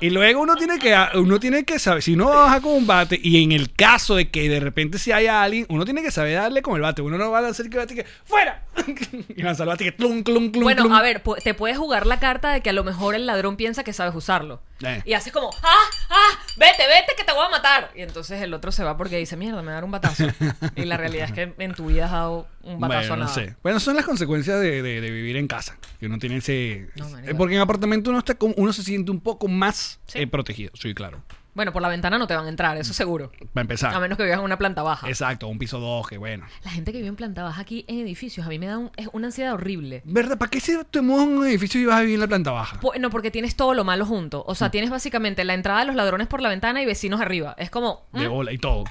Speaker 3: y luego uno tiene que uno tiene que saber, si uno baja con un bate y en el caso de que de repente si haya alguien, uno tiene que saber darle con el bate. Uno no va a hacer que el bate que fuera. y lanzar el bate que tlum, tlum, tlum,
Speaker 2: Bueno,
Speaker 3: tlum.
Speaker 2: a ver, pu- te puedes jugar la carta de que a lo mejor el ladrón piensa que sabes usarlo.
Speaker 3: Eh.
Speaker 2: Y haces como, ¡ah! ¡ah! ¡vete, vete que te voy a matar! Y entonces el otro se va porque dice, mierda, me va a dar un batazo. y la realidad es que en tu vida has dado un batazo
Speaker 3: Bueno,
Speaker 2: a
Speaker 3: no
Speaker 2: nada.
Speaker 3: sé. Bueno, son las consecuencias de, de- de vivir en casa. Que uno tiene ese.
Speaker 2: No, marica.
Speaker 3: eh, porque en apartamento uno, está como- uno se siente un poco más
Speaker 2: Sí.
Speaker 3: eh, protegido. Sí, claro.
Speaker 2: Bueno, por la ventana no te van a entrar, eso seguro.
Speaker 3: Para
Speaker 2: A
Speaker 3: empezar.
Speaker 2: menos que vivas en una planta baja.
Speaker 3: Exacto, un piso 2, que bueno.
Speaker 2: La gente que vive en planta baja aquí en edificios, a mí me da un- es una ansiedad horrible.
Speaker 3: ¿Verdad? ¿Para qué se te mudas a un edificio y vas a vivir en la planta baja?
Speaker 2: Po- No, porque tienes todo lo malo junto. O
Speaker 3: Mm.
Speaker 2: sea, tienes básicamente la entrada de los ladrones por la ventana y vecinos arriba. Es como mm,
Speaker 3: De bola y todo.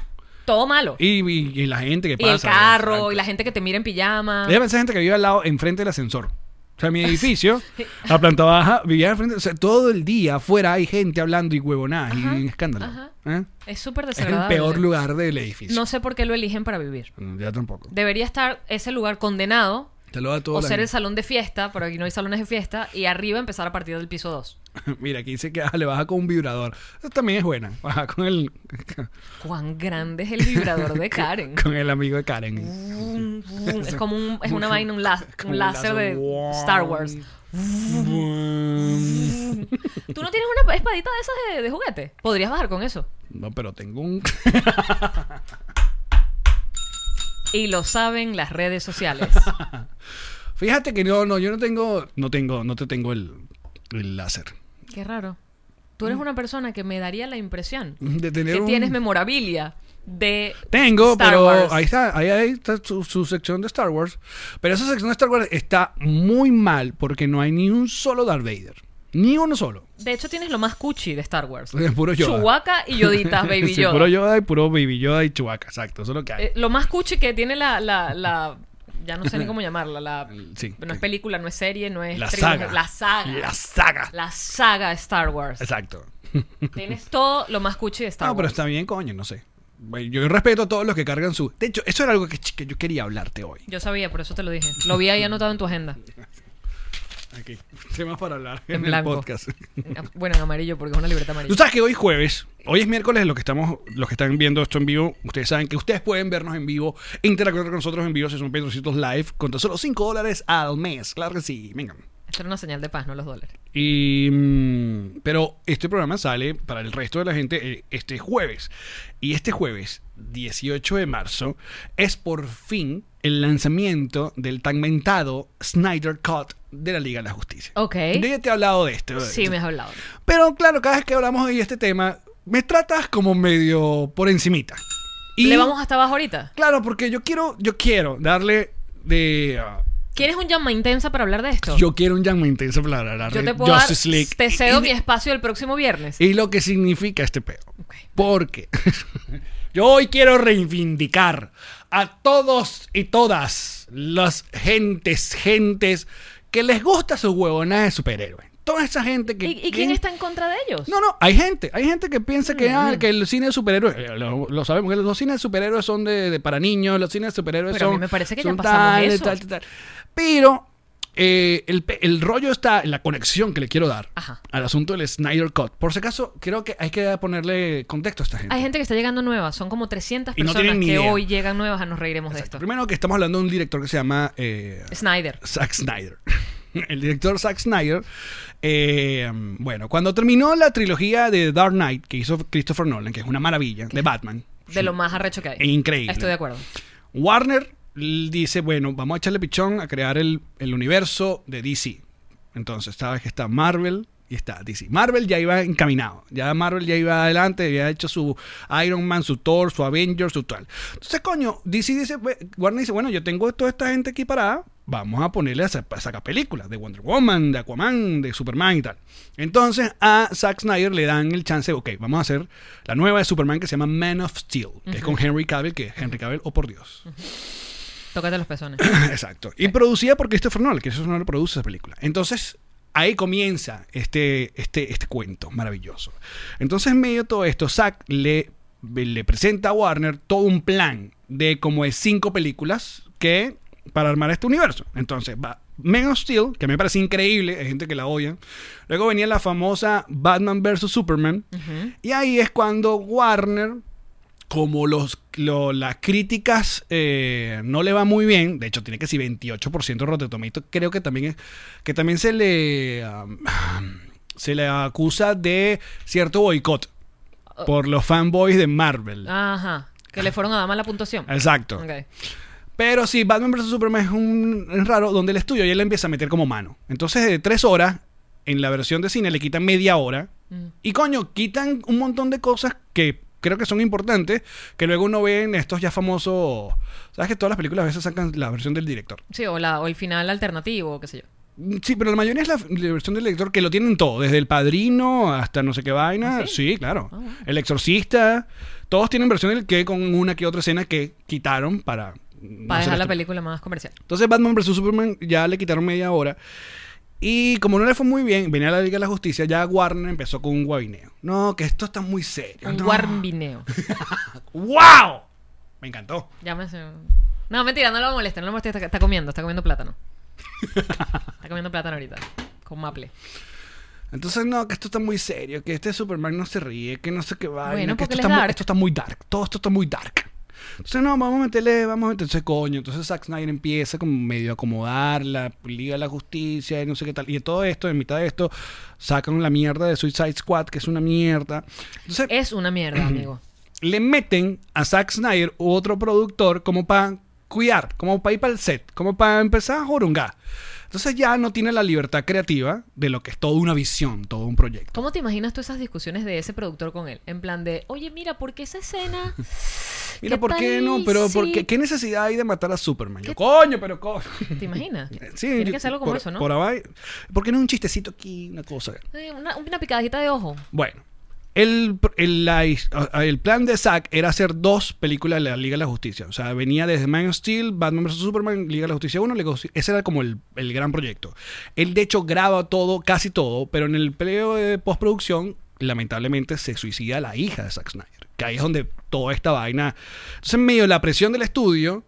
Speaker 2: todo malo. Y,
Speaker 3: Y, y- y la gente que pasa.
Speaker 2: el carro,
Speaker 3: exacto.
Speaker 2: y la gente que te mira en pijama.
Speaker 3: Déjame pensar gente que vive al lado, enfrente del ascensor. O sea, mi edificio, la planta baja, vivía enfrente. O sea, todo el día afuera hay gente hablando y huevonadas y escándalo.
Speaker 2: ajá.
Speaker 3: ¿Eh?
Speaker 2: Es súper
Speaker 3: Es el
Speaker 2: desagradable.
Speaker 3: peor lugar del edificio.
Speaker 2: No sé por qué lo eligen para vivir.
Speaker 3: Mm, Ya tampoco.
Speaker 2: Debería estar ese lugar condenado
Speaker 3: Te lo da todo.
Speaker 2: o
Speaker 3: la-
Speaker 2: ser el salón de fiesta, pero aquí no hay salones de fiesta, y arriba empezar a partir del piso 2.
Speaker 3: Mira, aquí dice que ah, le baja con un vibrador. Eso también es buena. Baja con el,
Speaker 2: ¿Cuán grande es el vibrador de Karen?
Speaker 3: con el amigo de Karen.
Speaker 2: Vum, vum. es como un, es una vaina, un, la- un
Speaker 3: Como un
Speaker 2: láser de
Speaker 3: láser.
Speaker 2: Star Wars. ¿Tú no tienes una espadita de esas de, de juguete? Podrías bajar con eso.
Speaker 3: No, pero tengo un.
Speaker 2: Y lo saben las redes sociales.
Speaker 3: Fíjate que no, no, yo no tengo. No tengo, no te tengo el, el láser.
Speaker 2: Qué raro. Tú eres una persona que me daría la impresión
Speaker 3: De Mm. tener
Speaker 2: que
Speaker 3: un-
Speaker 2: tienes memorabilia de
Speaker 3: Tengo,
Speaker 2: Star
Speaker 3: pero
Speaker 2: Wars.
Speaker 3: ahí está, ahí, ahí está su, su sección de Star Wars. Pero esa sección de Star Wars está muy mal porque no hay ni un solo Darth Vader. Ni uno solo.
Speaker 2: De hecho, tienes lo más cuchi de Star Wars.
Speaker 3: Es puro Yoda.
Speaker 2: Chewbacca y Yoditas, Baby
Speaker 3: Sí,
Speaker 2: Yoda.
Speaker 3: puro Yoda y puro Baby Yoda y Chewbacca, exacto. Eso es lo que hay.
Speaker 2: Eh, lo más cuchi que tiene la, la, la- Ya no sé ni cómo llamarla. La,
Speaker 3: Sí.
Speaker 2: No es película, no es serie, no es.
Speaker 3: la,
Speaker 2: trilogía,
Speaker 3: saga.
Speaker 2: La saga.
Speaker 3: La saga.
Speaker 2: La saga Star Wars.
Speaker 3: Exacto.
Speaker 2: Tienes todo lo más cuchi de Star
Speaker 3: No, pero
Speaker 2: Wars.
Speaker 3: está bien, coño, no sé. Bueno, Yo respeto a todos los que cargan su. De hecho, eso era algo que, ch- que yo quería hablarte hoy.
Speaker 2: Yo sabía, por eso te lo dije. Lo vi ahí anotado en tu agenda.
Speaker 3: Aquí. Temas para hablar
Speaker 2: En
Speaker 3: en, el
Speaker 2: blanco.
Speaker 3: podcast.
Speaker 2: Bueno, en amarillo, porque es una libreta
Speaker 3: Tú
Speaker 2: amarilla.
Speaker 3: sabes que hoy es jueves, hoy es miércoles, los que estamos, los que están viendo esto en vivo, ustedes saben que ustedes pueden vernos en vivo, interactuar con nosotros en vivo si son Petrocitos Live, con tan solo 5 dólares al mes, claro que sí, vengan.
Speaker 2: Esto era una señal de paz, no los dólares.
Speaker 3: Y, mm, pero este programa sale para el resto de la gente eh, este jueves. Y este jueves, 18 de marzo, es por fin el lanzamiento del tan mentado Snyder Cut de la Liga de la Justicia.
Speaker 2: Ok.
Speaker 3: Yo ya te he hablado de esto.
Speaker 2: Sí, me has hablado.
Speaker 3: Pero claro, cada vez que hablamos de este tema, me tratas como medio por encimita. Y
Speaker 2: ¿Le vamos hasta abajo ahorita?
Speaker 3: claro, porque yo quiero, yo quiero darle de ah,
Speaker 2: ¿Quieres un llama intensa para hablar de esto?
Speaker 3: yo quiero un llama intenso para hablar
Speaker 2: Yo
Speaker 3: de
Speaker 2: te puedo dar,
Speaker 3: Justice League.
Speaker 2: te cedo
Speaker 3: y,
Speaker 2: mi espacio el próximo viernes.
Speaker 3: y lo que significa este pedo.
Speaker 2: Ok.
Speaker 3: Porque yo hoy quiero reivindicar a todos y todas las gentes, gentes que les gusta su huevonada de superhéroe. Toda esa gente que...
Speaker 2: ¿Y, y quién
Speaker 3: que-
Speaker 2: está en contra de ellos?
Speaker 3: Pues, No, no, hay gente, hay gente que piensa
Speaker 2: Mm,
Speaker 3: que, ah, que el cine de superhéroes, eh, lo, lo sabemos, que los cines de superhéroes son de, de para niños, los cines de superhéroes
Speaker 2: Pero a
Speaker 3: son...
Speaker 2: mí me parece que ya
Speaker 3: son
Speaker 2: pasamos
Speaker 3: tal,
Speaker 2: eso.
Speaker 3: tal, tal, tal. Pero eh, el, pe- el rollo está en la conexión que le quiero dar
Speaker 2: Ajá.
Speaker 3: al asunto del Snyder Cut. Por si acaso, creo que hay que ponerle contexto a esta gente.
Speaker 2: Hay gente que está llegando nueva, son como 300
Speaker 3: Y no
Speaker 2: personas
Speaker 3: tienen ni
Speaker 2: que
Speaker 3: idea.
Speaker 2: hoy llegan nuevas, nos reiremos
Speaker 3: Exacto.
Speaker 2: de esto.
Speaker 3: Primero que estamos hablando de un director que se llama... eh,
Speaker 2: Snyder.
Speaker 3: Zack Snyder. El director Zack Snyder, eh, bueno, cuando terminó la trilogía de Dark Knight que hizo Christopher Nolan, que es una maravilla, de Batman,
Speaker 2: De lo más arrecho que hay.
Speaker 3: Increíble.
Speaker 2: Estoy de acuerdo.
Speaker 3: Warner l- dice, bueno, vamos a echarle pichón a crear el, el universo de DC. Entonces, sabes que está Marvel y está DC. Marvel ya iba encaminado, ya Marvel ya iba adelante, había hecho su Iron Man, su Thor, su Avengers, su tal. Entonces, coño, DC dice, "Bue- Warner dice, bueno, yo tengo toda esta gente aquí parada, vamos a ponerle a sa- a sacar películas de Wonder Woman, de Aquaman, de Superman y tal. Entonces, a Zack Snyder le dan el chance, ok, vamos a hacer la nueva de Superman que se llama Man of Steel, que es con Henry Cavill, que Henry Cavill, oh por Dios.
Speaker 2: Tócate los pezones.
Speaker 3: Exacto. Y producida por Christopher Nolan, que Christopher Nolan produce esa película. Entonces, ahí comienza este, este, este cuento maravilloso. Entonces, en medio de todo esto, Zack le, le presenta a Warner todo un plan de como de cinco películas que para armar este universo. Entonces, va Man of Steel, que me parece increíble, hay gente que la odia. Luego venía la famosa Batman vs. Superman. Y ahí es cuando Warner como los, lo- las críticas eh, no le va muy bien, de hecho tiene que si 28% Rotten Tomatoes, creo que también es, que también se le um, se le acusa de cierto boicot por los fanboys de Marvel.
Speaker 2: Ajá. Que le fueron a dar mala puntuación.
Speaker 3: Exacto.
Speaker 2: Ah, Ok.
Speaker 3: Pero sí, Batman vs. Superman es un es raro donde el estudio ya le empieza a meter como mano. Entonces, de tres horas, en la versión de cine le quitan media hora.
Speaker 2: Mm.
Speaker 3: Y coño, quitan un montón de cosas que creo que son importantes, que luego uno ve en estos ya famosos... ¿Sabes que todas las películas a veces sacan la versión del director?
Speaker 2: Sí, o, la, o el final alternativo, qué sé yo.
Speaker 3: Mm, Sí, pero la mayoría es la, la versión del director que lo tienen todo, desde El Padrino hasta no sé qué vaina. Sí, claro.
Speaker 2: ¿Ah, bueno.
Speaker 3: El Exorcista. Todos tienen versión del que con una que otra escena que quitaron para... no
Speaker 2: Para
Speaker 3: hacer
Speaker 2: dejar la
Speaker 3: esto.
Speaker 2: película más comercial.
Speaker 3: Entonces Batman vs. Superman ya le quitaron media hora. Y como no le fue muy bien, venía la Liga de la Justicia, ya Warner empezó con un guabineo. No, que esto está muy serio.
Speaker 2: Un
Speaker 3: Ah, no.
Speaker 2: guarbineo.
Speaker 3: ¡Wow! Me encantó.
Speaker 2: Llámese. No, mentira, no lo molesta, no lo molesta, está, está comiendo, está comiendo plátano. está comiendo plátano ahorita. Con maple.
Speaker 3: Entonces, no, que esto está muy serio, que este Superman no se ríe, que no sé qué va.
Speaker 2: Bueno,
Speaker 3: que
Speaker 2: porque
Speaker 3: esto
Speaker 2: él es
Speaker 3: está, muy,
Speaker 2: dark.
Speaker 3: esto está muy dark. Todo esto está muy dark. Entonces, no, vamos a meterle, vamos a meterse coño. Entonces, Zack Snyder empieza como medio a acomodar la Liga de la Justicia y no sé qué tal. Y todo esto, en mitad de esto, sacan la mierda de Suicide Squad, que es una mierda. Entonces,
Speaker 2: Es una mierda, amigo.
Speaker 3: le meten a Zack Snyder u otro productor como para cuidar, como para ir para el set, como para empezar a jorungar. Entonces ya no tiene la libertad creativa de lo que es toda una visión, todo un proyecto.
Speaker 2: ¿Cómo te imaginas tú esas discusiones de ese productor con él? En plan de, oye, mira, porque esa escena
Speaker 3: Mira,
Speaker 2: ¿Qué
Speaker 3: ¿por qué
Speaker 2: tal
Speaker 3: no? Pero, ¿por
Speaker 2: si-
Speaker 3: qué, ¿qué necesidad hay de matar a Superman? Yo, coño, pero coño.
Speaker 2: ¿Te imaginas?
Speaker 3: Sí,
Speaker 2: Tiene
Speaker 3: yo-
Speaker 2: que ser algo como
Speaker 3: por-
Speaker 2: eso, ¿no?
Speaker 3: Por ahí. ¿Por qué no un chistecito aquí, una cosa?
Speaker 2: Eh, Una, una picadita de ojo.
Speaker 3: Bueno, el, el, la his- el plan de Zack era hacer dos películas de la Liga de la Justicia. O sea, venía desde Man of Steel, Batman vs. Superman, Liga de la Justicia 1. Liga de la Justicia- Ese era como el, el gran proyecto. Él, de hecho, graba todo, casi todo, pero en el peleo de postproducción, lamentablemente, se suicida la hija de Zack Snyder. Que ahí es donde toda esta vaina. Entonces, en medio de la presión del estudio,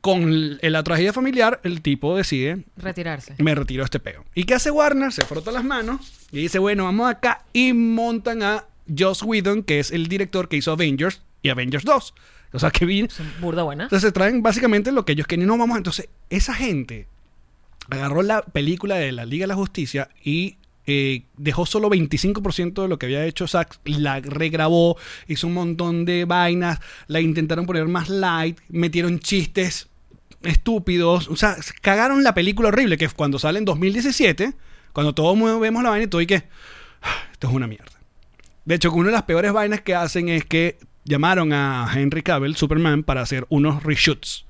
Speaker 3: con l- la tragedia familiar, el tipo decide
Speaker 2: Retirarse.
Speaker 3: me retiro este peo. ¿Y qué hace Warner? Se frota las manos y dice, bueno, vamos acá y montan a Joss Whedon, que es el director que hizo Avengers y Avengers 2. O sea, que vi...
Speaker 2: Son burda buena.
Speaker 3: Mm. Entonces se traen básicamente lo que ellos quieren. No vamos, entonces esa gente agarró la película de la Liga de la Justicia y eh, dejó solo 25% de lo que había hecho Zack, la regrabó, hizo un montón de vainas, la intentaron poner más light, metieron chistes estúpidos, o sea, cagaron la película horrible que es cuando sale en 2017, cuando todos mu- vemos la vaina y todo y que "Ah, esto es una mierda. De hecho, una de las peores vainas que hacen es que llamaron a Henry Cavill, Superman, para hacer unos reshoots.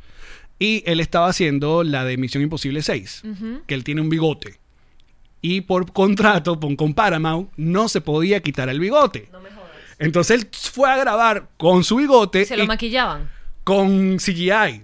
Speaker 3: Y él estaba haciendo la de Misión Imposible 6, que él tiene un bigote. Y por contrato con, con Paramount no se podía quitar el bigote. Entonces él fue a grabar con su bigote
Speaker 2: Se lo
Speaker 3: y
Speaker 2: maquillaban.
Speaker 3: con CGI.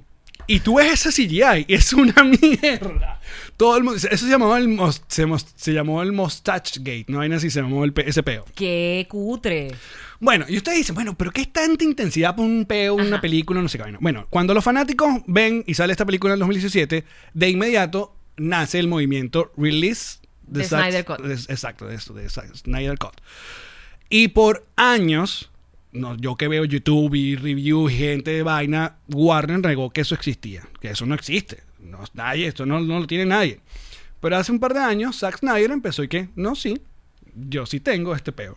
Speaker 3: Y tú ves ese CGI y es una mierda. Todo el mundo, eso se llamaba el, mos- se, mos- se llamó el Mustache Gate, no hay así, se llamó el, pe- ese peo.
Speaker 2: ¡Qué cutre!
Speaker 3: Bueno, y ustedes dicen, bueno, pero ¿qué es tanta intensidad por un peo, una película, no sé qué vaina? Bueno, cuando los fanáticos ven y sale esta película en 2017, de inmediato nace el movimiento Release
Speaker 2: De
Speaker 3: Zack-
Speaker 2: Snyder Cut.
Speaker 3: de- exacto, de, de Zack Snyder Cut. Y por años, no, yo que veo YouTube y review, gente de vaina, Warner negó que eso existía, que eso no existe. No, nadie, esto no, no lo tiene nadie. Pero hace un par de años, Zack Snyder empezó y que, no, sí, yo sí tengo este peo.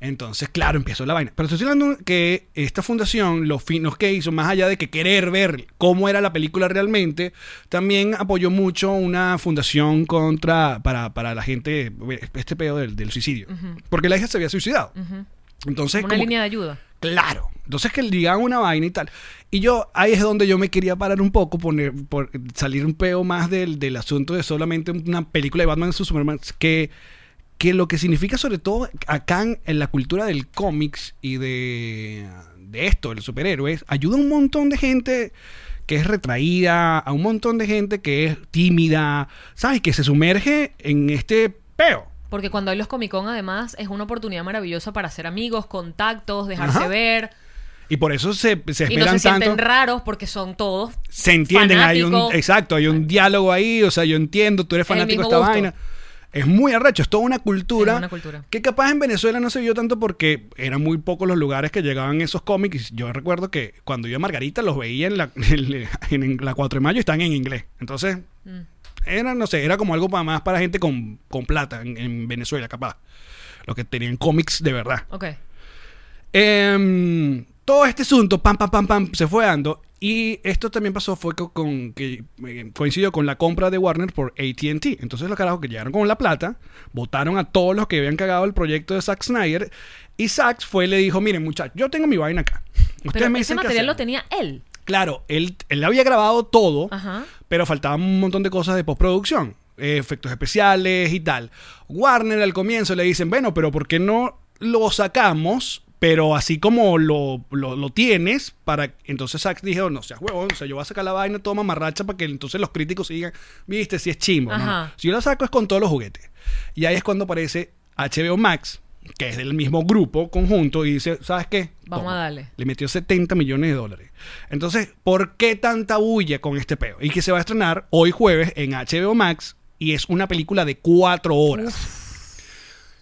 Speaker 3: Entonces, claro, empezó la vaina. Pero estoy hablando que esta fundación, los finos que hizo, más allá de que querer ver cómo era la película realmente, también apoyó mucho una fundación contra, para, para la gente, este pedo del, del suicidio. Porque la hija se había suicidado. Entonces,
Speaker 2: Una
Speaker 3: como que-
Speaker 2: línea de ayuda.
Speaker 3: Claro. Entonces que le digan una vaina y tal. Y yo, ahí es donde yo me quería parar un poco, poner, por, salir un peo más del, del asunto de solamente una película de Batman vs Superman, que, que lo que significa sobre todo acá en, en la cultura del cómics y de, de esto, del superhéroes, ayuda a un montón de gente que es retraída, a un montón de gente que es tímida, ¿sabes? Que se sumerge en este peo.
Speaker 2: Porque cuando hay los Comic Con, además, es una oportunidad maravillosa para hacer amigos, contactos, dejarse
Speaker 3: Ajá.
Speaker 2: ver.
Speaker 3: Y por eso se, se
Speaker 2: Y no
Speaker 3: esperan
Speaker 2: se sienten
Speaker 3: tanto.
Speaker 2: raros porque son todos.
Speaker 3: se entienden, hay un,
Speaker 2: fanático.
Speaker 3: exacto, hay un diálogo ahí, o sea, yo entiendo, tú eres
Speaker 2: El
Speaker 3: fanático de
Speaker 2: mismo
Speaker 3: esta
Speaker 2: gusto.
Speaker 3: vaina. Es muy arrecho, es toda una cultura,
Speaker 2: Es una cultura.
Speaker 3: que capaz en Venezuela no se vio tanto porque eran muy pocos los lugares que llegaban esos cómics. Yo recuerdo que cuando yo a Margarita los veía en la, en, en la 4 de mayo y están en inglés. Entonces,
Speaker 2: Mm,
Speaker 3: era, no sé, era como algo para más para gente con, con plata en, en Venezuela, capaz. Los que tenían cómics de verdad.
Speaker 2: Ok.
Speaker 3: Em, todo este asunto, pam, pam, pam, pam, se fue dando. Y esto también pasó, fue co- con, que eh, coincidió con la compra de Warner por ATT. Entonces los carajos que llegaron con la plata, votaron a todos los que habían cagado el proyecto de Zack Snyder. Y Zack fue y le dijo, miren muchachos, yo tengo mi vaina acá. Ustedes
Speaker 2: Pero
Speaker 3: me
Speaker 2: ese
Speaker 3: dicen qué
Speaker 2: material
Speaker 3: hacer".
Speaker 2: lo tenía él.
Speaker 3: Claro, él, él había grabado todo,
Speaker 2: Ajá.
Speaker 3: pero faltaban un montón de cosas de postproducción, eh, efectos especiales y tal. Warner al comienzo le dicen, bueno, pero ¿por qué no lo sacamos? Pero así como lo, lo- lo tienes, para entonces Zack dijo, no seas huevón, o sea, yo voy a sacar la vaina toda mamarracha para que entonces los críticos digan, viste, si es chimbo. No, no.
Speaker 2: Ajá.
Speaker 3: Si yo la saco es con todos los juguetes. Y ahí es cuando aparece HBO Max, que es del mismo grupo, conjunto, y dice, ¿sabes qué?
Speaker 2: Vamos a darle.
Speaker 3: Le metió 70 millones de dólares. Entonces, ¿por qué tanta bulla con este peo? Y que se va a estrenar hoy jueves en HBO Max y es una película de cuatro horas.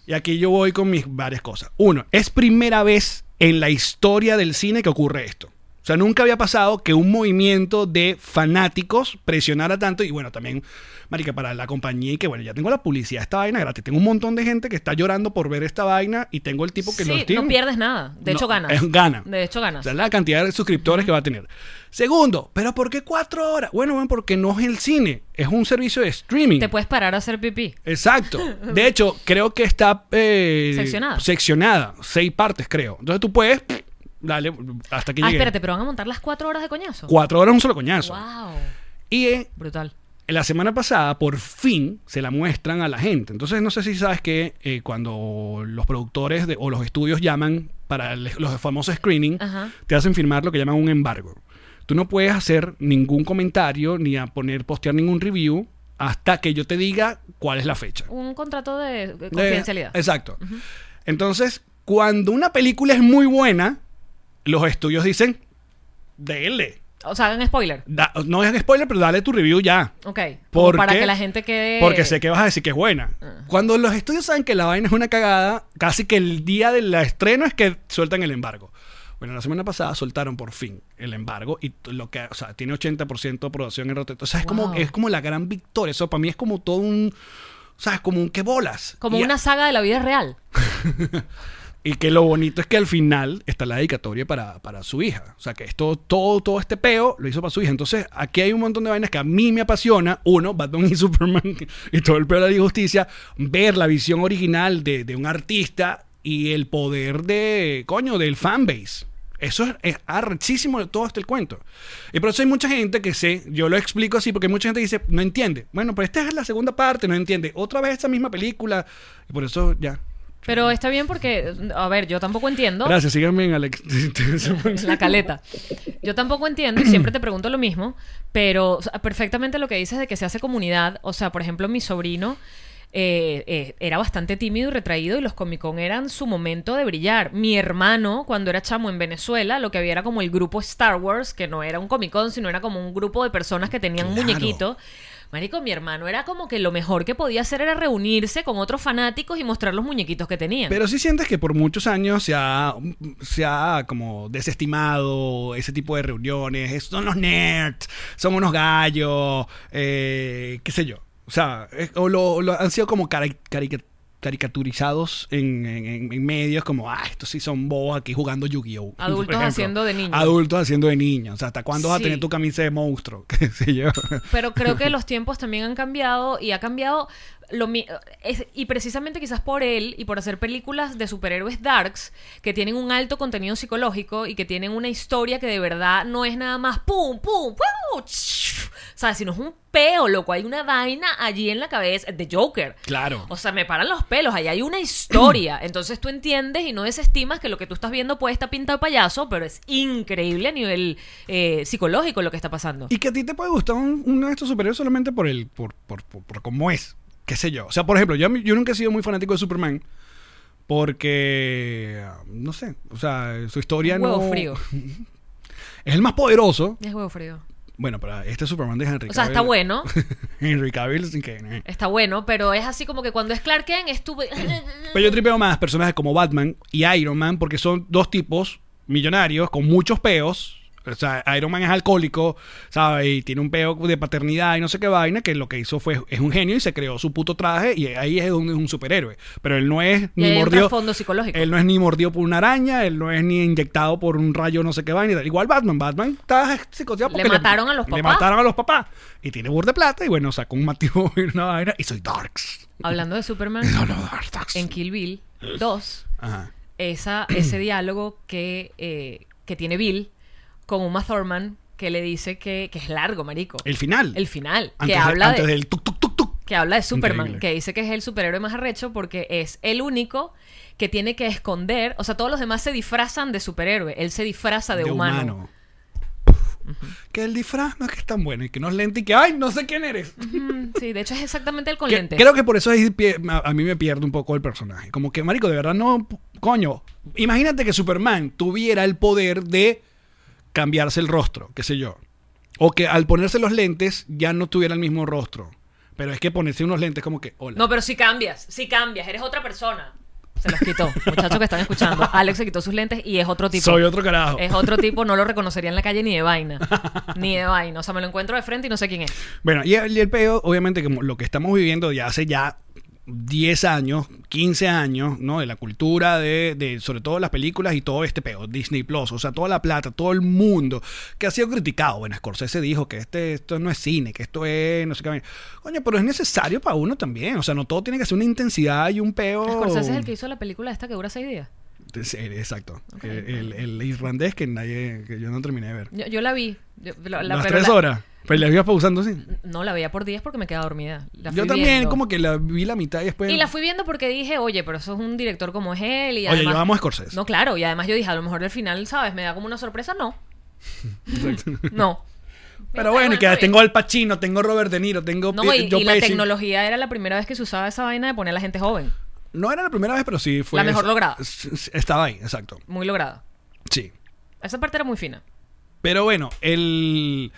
Speaker 3: Y aquí yo voy con mis varias cosas. Uno, es primera vez en la historia del cine que ocurre esto. O sea, nunca había pasado que un movimiento de fanáticos presionara tanto. Y bueno, también, marica, para la compañía y que bueno, ya tengo la publicidad de esta vaina gratis. Tengo un montón de gente que está llorando por ver esta vaina y tengo el tipo que
Speaker 2: Sí,
Speaker 3: los tiene.
Speaker 2: no pierdes nada. De
Speaker 3: No,
Speaker 2: hecho, ganas.
Speaker 3: es- gana.
Speaker 2: De hecho,
Speaker 3: O
Speaker 2: ganas.
Speaker 3: sea, la cantidad de suscriptores que va a tener. Segundo, ¿pero por qué cuatro horas? Bueno, bueno, porque no es el cine, es un servicio de streaming.
Speaker 2: Te puedes parar a hacer pipí.
Speaker 3: Exacto. De hecho, creo que está eh,
Speaker 2: Seccionada.
Speaker 3: seccionada. Seis partes, creo. Entonces tú puedes pff, Dale, hasta que
Speaker 2: Ah,
Speaker 3: llegue.
Speaker 2: espérate, pero van a montar las cuatro horas de coñazo.
Speaker 3: Cuatro horas un solo coñazo.
Speaker 2: Wow.
Speaker 3: Y eh,
Speaker 2: Brutal.
Speaker 3: la semana pasada, por fin, se la muestran a la gente. Entonces, no sé si sabes que eh, cuando los productores de- o los estudios llaman para el- los famosos screening,
Speaker 2: Ajá.
Speaker 3: te hacen firmar lo que llaman un embargo. Tú no puedes hacer ningún comentario ni a poner, postear ningún review hasta que yo te diga cuál es la fecha.
Speaker 2: Un contrato de, de
Speaker 3: De-
Speaker 2: confidencialidad.
Speaker 3: exacto. Entonces, cuando una película es muy buena, los estudios dicen, dele.
Speaker 2: O sea, hagan spoiler.
Speaker 3: Da- no es spoiler, pero dale tu review ya.
Speaker 2: Ok. Como
Speaker 3: Porque,
Speaker 2: para que Ah. la gente quede.
Speaker 3: Porque sé que vas a decir que es buena. Cuando los estudios saben que la vaina es una cagada, casi que el día del estreno es que sueltan el embargo. Bueno, la semana pasada soltaron por fin el embargo y t- lo que, o sea, tiene 80% de aprobación en Rotten. O sea, es, como,
Speaker 2: Wow.
Speaker 3: es como la gran victoria. Eso para mí es como todo un, o sea, es como un que bolas.
Speaker 2: Como
Speaker 3: Y-
Speaker 2: una saga de la vida real.
Speaker 3: y que lo bonito es que al final está la dedicatoria para, para su hija. O sea, que esto, todo, todo este peo lo hizo para su hija. Entonces, aquí hay un montón de vainas que a mí me apasiona. Uno, Batman y Superman y todo el peo de la injusticia. Ver la visión original de, de un artista y el poder de, coño, del fanbase. Eso es, es arrechísimo de todo este el cuento. Y por eso hay mucha gente que sé, yo lo explico así, porque hay mucha gente que dice, no entiende. Bueno, pero esta es la segunda parte, no entiende. Otra vez esa misma película. Y por eso ya.
Speaker 2: Pero está bien porque, a ver, yo tampoco entiendo.
Speaker 3: Gracias, síganme en Alex.
Speaker 2: La caleta. Yo tampoco entiendo y siempre te pregunto lo mismo, pero o sea, perfectamente lo que dices de que se hace comunidad. O sea, por ejemplo, mi sobrino eh, eh, era bastante tímido y retraído y los Comic Con eran su momento de brillar. Mi hermano, cuando era chamo en Venezuela, lo que había era como el grupo Star Wars, que no era un Comic Con, sino era como un grupo de personas que tenían
Speaker 3: Claro.
Speaker 2: muñequitos. Marico, mi hermano era como que lo mejor que podía hacer era reunirse con otros fanáticos y mostrar los muñequitos que tenían.
Speaker 3: Pero sí sientes que por muchos años se ha, se ha como desestimado ese tipo de reuniones. Es- Son los nerds, son unos gallos, eh, qué sé yo. O sea, es- o lo, lo han sido como cari- carica- caricaturizados en, en- en medios como, ah, estos sí son bobos aquí jugando Yu-Gi-Oh! por
Speaker 2: Adultos
Speaker 3: ejemplo.
Speaker 2: haciendo de niños.
Speaker 3: Adultos haciendo de niños. O sea, ¿hasta cuándo vas a
Speaker 2: Sí.
Speaker 3: tener tu camisa de monstruo? ¿Qué sé yo?
Speaker 2: Pero creo que los tiempos también han cambiado y ha cambiado lo mi- es- y precisamente quizás por él y por hacer películas de superhéroes darks que tienen un alto contenido psicológico y que tienen una historia que de verdad no es nada más pum pum pum ch- o sea, sino es un peo, loco, hay una vaina allí en la cabeza de Joker.
Speaker 3: Claro.
Speaker 2: O sea, me paran los pelos, ahí hay una historia. Entonces tú entiendes y no desestimas que lo que tú estás viendo puede estar pintado de payaso, pero es increíble a nivel eh, psicológico lo que está pasando.
Speaker 3: Y que a ti te puede gustar un- uno de estos superhéroes solamente por el por, por, por, por cómo es. Qué sé yo. O sea, por ejemplo, yo, yo nunca he sido muy fanático de Superman. Porque. No sé. O sea, su historia
Speaker 2: Huevo
Speaker 3: no.
Speaker 2: frío.
Speaker 3: Es el más poderoso.
Speaker 2: Es huevo frío.
Speaker 3: Bueno, pero este Superman de Henry
Speaker 2: O sea, está
Speaker 3: Cavill-
Speaker 2: bueno.
Speaker 3: Henry Cavill sin que. eh,
Speaker 2: Está bueno, pero es así como que cuando es Clark Kent estuve...
Speaker 3: Pero Pues yo tripeo más personajes como Batman y Iron Man porque son dos tipos millonarios con muchos peos. O sea, Iron Man es alcohólico, ¿sabes? Y tiene un peo de paternidad y no sé qué vaina, que lo que hizo fue, es un genio y se creó su puto traje y ahí es donde es un superhéroe. Pero él no es
Speaker 2: Y
Speaker 3: ni
Speaker 2: hay un
Speaker 3: mordido.
Speaker 2: trasfondo psicológico.
Speaker 3: Él no es ni mordido por una araña, él no es ni inyectado por un rayo no sé qué vaina. y tal. Igual Batman, Batman está psicoteado
Speaker 2: Le
Speaker 3: porque
Speaker 2: mataron a los
Speaker 3: Le
Speaker 2: papás.
Speaker 3: mataron a los papás. Y tiene burda de plata y bueno, sacó un mativo y una vaina y soy Darks.
Speaker 2: Hablando de Superman,
Speaker 3: No, no, Darks.
Speaker 2: en Kill Bill 2,
Speaker 3: Ajá.
Speaker 2: esa, ese diálogo que, eh, que tiene Bill con Uma Thurman, que le dice que, que es largo, marico.
Speaker 3: El final.
Speaker 2: El final,
Speaker 3: Antes,
Speaker 2: que
Speaker 3: de-
Speaker 2: habla
Speaker 3: antes
Speaker 2: de...
Speaker 3: del tuk tuk tuk tuk.
Speaker 2: que habla de Superman,
Speaker 3: Increíble.
Speaker 2: que dice que es el superhéroe más arrecho porque es el único que tiene que esconder, o sea, todos los demás se disfrazan de superhéroe, él se disfraza de, humano.
Speaker 3: Que el disfraz no es que es tan bueno y que no es lente y que, ay, no sé quién eres.
Speaker 2: Mm, Sí, de hecho es exactamente el con
Speaker 3: Que-
Speaker 2: lentes.
Speaker 3: creo que por eso ahí pie- a, a mí me pierde un poco el personaje. Como que, marico, de verdad no, p- coño. Imagínate que Superman tuviera el poder de cambiarse el rostro, qué sé yo. O que al ponerse los lentes ya no tuviera el mismo rostro. Pero es que ponerse unos lentes como que, hola.
Speaker 2: No, pero si cambias, si cambias, eres otra persona. Se los quitó, muchachos que están escuchando. Alex se quitó sus lentes y es otro tipo.
Speaker 3: Soy otro carajo.
Speaker 2: Es otro tipo, no lo reconocería en la calle ni de vaina. Ni de vaina. O sea, me lo encuentro de frente y no sé quién es.
Speaker 3: Bueno, y el, y el peo, obviamente, como lo que estamos viviendo ya hace ya 10 años, 15 años, ¿no? De la cultura, de, de sobre todo las películas y todo este peo, Disney Plus, o sea, toda la plata, todo el mundo, que ha sido criticado. Bueno, Scorsese dijo que este, esto no es cine, que esto es, no sé qué. Coño, pero es necesario para uno también, o sea, no todo tiene que ser una intensidad y un peo.
Speaker 2: Scorsese es el que hizo la película esta que dura seis días.
Speaker 3: Entonces, eh, Exacto. El, el- el irlandés que nadie, que yo no terminé de ver.
Speaker 2: Yo, yo la vi. Yo- la- la-
Speaker 3: Las
Speaker 2: pero
Speaker 3: tres
Speaker 2: la-
Speaker 3: horas. Pero la ibas pausando así.
Speaker 2: No, la veía por días porque me quedaba dormida. La
Speaker 3: Yo
Speaker 2: fui
Speaker 3: también,
Speaker 2: viendo.
Speaker 3: como que la vi la mitad y después.
Speaker 2: Y la fui viendo porque dije, oye, pero eso es un director como es él. Y
Speaker 3: Oye,
Speaker 2: además-
Speaker 3: yo amo a Scorsese.
Speaker 2: No, claro, y además yo dije, a lo mejor al final, ¿sabes? Me da como una sorpresa. No,
Speaker 3: Exacto.
Speaker 2: no.
Speaker 3: Pero bueno, y que
Speaker 2: está bien.
Speaker 3: tengo Al Pacino, tengo Robert De Niro, tengo
Speaker 2: No,
Speaker 3: Pi-
Speaker 2: y,
Speaker 3: Joe
Speaker 2: y la
Speaker 3: Pesci.
Speaker 2: tecnología era la primera vez que se usaba esa vaina de poner a la gente joven.
Speaker 3: No era la primera vez, pero sí fue.
Speaker 2: La mejor lograda.
Speaker 3: S- s- Estaba ahí, exacto.
Speaker 2: Muy lograda.
Speaker 3: Sí.
Speaker 2: Esa parte era muy fina.
Speaker 3: Pero bueno, el.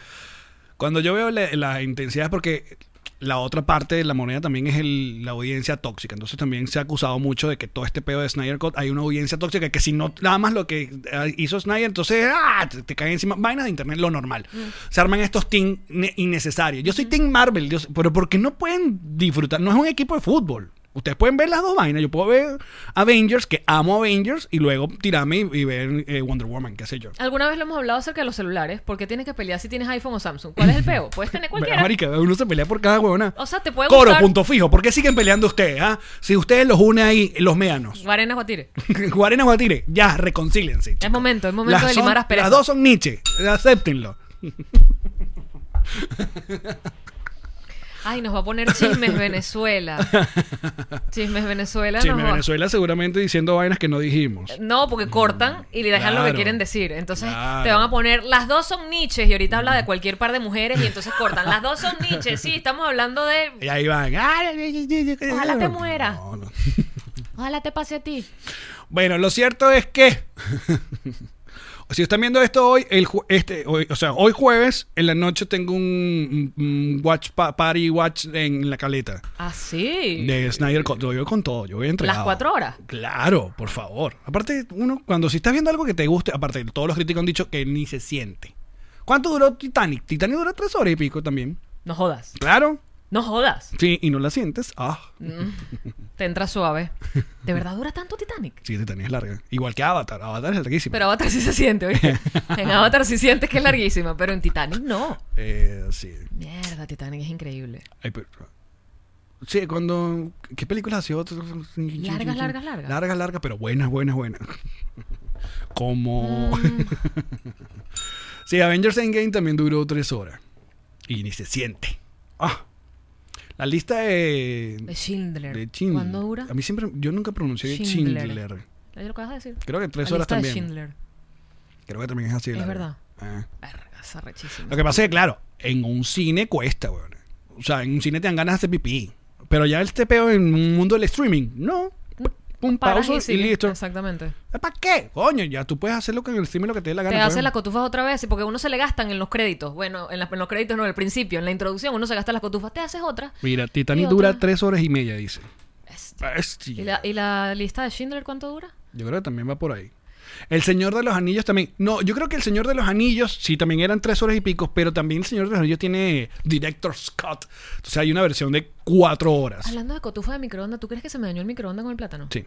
Speaker 3: Cuando yo veo la, la intensidad es porque la otra parte de la moneda también es el- la audiencia tóxica. Entonces también se ha acusado mucho de que todo este pedo de Snyder Cut hay una audiencia tóxica que si no nada más lo que eh, hizo Snyder, entonces ¡ah! te, te caen encima. Vainas de internet, lo normal. Se arman estos team ne- innecesarios. Yo soy Team Marvel, Dios, pero ¿por qué no pueden disfrutar? No es un equipo de fútbol. Ustedes pueden ver las dos vainas. Yo puedo ver Avengers, que amo Avengers, y luego tirarme y, y ver eh, Wonder Woman, qué sé yo.
Speaker 2: Alguna vez lo hemos hablado acerca de los celulares. ¿Por qué tienes que pelear si tienes iPhone o Samsung? ¿Cuál es el peo? Puedes tener cualquiera.
Speaker 3: Marica, uno se pelea por cada huevona.
Speaker 2: O sea, te puede
Speaker 3: Coro,
Speaker 2: gustar-
Speaker 3: punto fijo. ¿Por qué siguen peleando ustedes? ah? Si ustedes los une ahí, los méanos.
Speaker 2: Guarenas Guatire.
Speaker 3: Guarena Guatire, ya, reconcílense. chicos.
Speaker 2: momento, es momento de
Speaker 3: son-
Speaker 2: limar asperezas.
Speaker 3: Las dos son Nietzsche, acéptenlo.
Speaker 2: Ay, nos va a poner chismes Venezuela. Chismes Venezuela.
Speaker 3: Sí,
Speaker 2: nos va-
Speaker 3: Venezuela seguramente diciendo vainas que no dijimos.
Speaker 2: No, porque cortan y le dejan lo que
Speaker 3: Claro,
Speaker 2: quieren decir. Entonces
Speaker 3: claro.
Speaker 2: te van a poner, las dos son niches y ahorita habla de cualquier par de mujeres y entonces cortan. Las dos son niches, sí, estamos hablando de...
Speaker 3: Y ahí van.
Speaker 2: Ojalá
Speaker 3: Ojalá
Speaker 2: te mueras. Ojalá te pase a ti.
Speaker 3: Bueno, lo cierto es que. Si están viendo esto hoy, el ju- este, hoy- o sea, hoy jueves, en la noche tengo un, un- un watch pa- party watch en la caleta.
Speaker 2: Ah, sí.
Speaker 3: De Snyder Cut. Yo voy con todo, yo voy entregado.
Speaker 2: ¿Las cuatro horas?
Speaker 3: Claro, por favor. Aparte, uno, cuando si estás viendo algo que te guste, aparte, todos los críticos han dicho que ni se siente. ¿Cuánto duró Titanic? Titanic duró tres horas y pico también.
Speaker 2: No jodas.
Speaker 3: Claro.
Speaker 2: No jodas. Mm.
Speaker 3: Sí, y no la sientes. Ah,
Speaker 2: Te entra suave. ¿De verdad dura tanto Titanic?
Speaker 3: sí, Titanic es larga. Igual que Avatar. Avatar es larguísimo.
Speaker 2: Pero Avatar sí se siente, ¿oíste? En Avatar sí sientes que es larguísima, pero en Titanic no.
Speaker 3: Eh, sí.
Speaker 2: Mierda, Titanic es increíble.
Speaker 3: Ay, pero- Sí, cuando... ¿Qué películas hacía otro?
Speaker 2: Largas, largas, largas.
Speaker 3: Largas, largas, pero buenas, buenas, buenas.
Speaker 2: Mm.
Speaker 3: Como... sí, Avengers Endgame también duró tres horas. Y ni se siente. Ah. La lista
Speaker 2: De
Speaker 3: de...
Speaker 2: Schindler.
Speaker 3: De Schindler.
Speaker 2: ¿Cuándo dura?
Speaker 3: A mí siempre... Yo nunca pronuncié
Speaker 2: Schindler.
Speaker 3: Schindler.
Speaker 2: ¿Ya lo acabas de decir?
Speaker 3: Creo que tres
Speaker 2: La
Speaker 3: horas
Speaker 2: lista de
Speaker 3: también.
Speaker 2: Schindler.
Speaker 3: Creo que también es así. de
Speaker 2: Es
Speaker 3: larga. Ah.
Speaker 2: Verga, esa rechísima.
Speaker 3: Lo que pasa es que, claro, en un cine cuesta, weón. O sea, en un cine te dan ganas de hacer pipí. Pero ya este peo en un mundo del streaming, no. P- Pum,
Speaker 2: Paras
Speaker 3: pausa y,
Speaker 2: sigues.
Speaker 3: listo.
Speaker 2: Exactamente.
Speaker 3: ¿Para qué? Coño, ya tú puedes hacer lo que en el streaming lo que te dé la
Speaker 2: Te
Speaker 3: gana.
Speaker 2: haces
Speaker 3: pues.
Speaker 2: las cotufas otra vez, porque uno se le gastan en los créditos. Bueno, en, las- en los créditos no, en el principio, en la introducción, uno se gasta las cotufas, te haces otra.
Speaker 3: Mira,
Speaker 2: Y
Speaker 3: Titanic
Speaker 2: otra.
Speaker 3: dura tres horas y media, dice.
Speaker 2: Este.
Speaker 3: Bestia.
Speaker 2: ¿Y la, y la lista de Schindler cuánto dura?
Speaker 3: Yo creo que también va por ahí. El Señor de los Anillos también. No, yo creo que el Señor de los Anillos sí también eran tres horas y pico, pero también el Señor de los Anillos tiene Director Scott. Entonces hay una versión de cuatro horas.
Speaker 2: Hablando de cotufa de microondas, ¿tú crees que se me dañó el microondas con el plátano?
Speaker 3: Sí.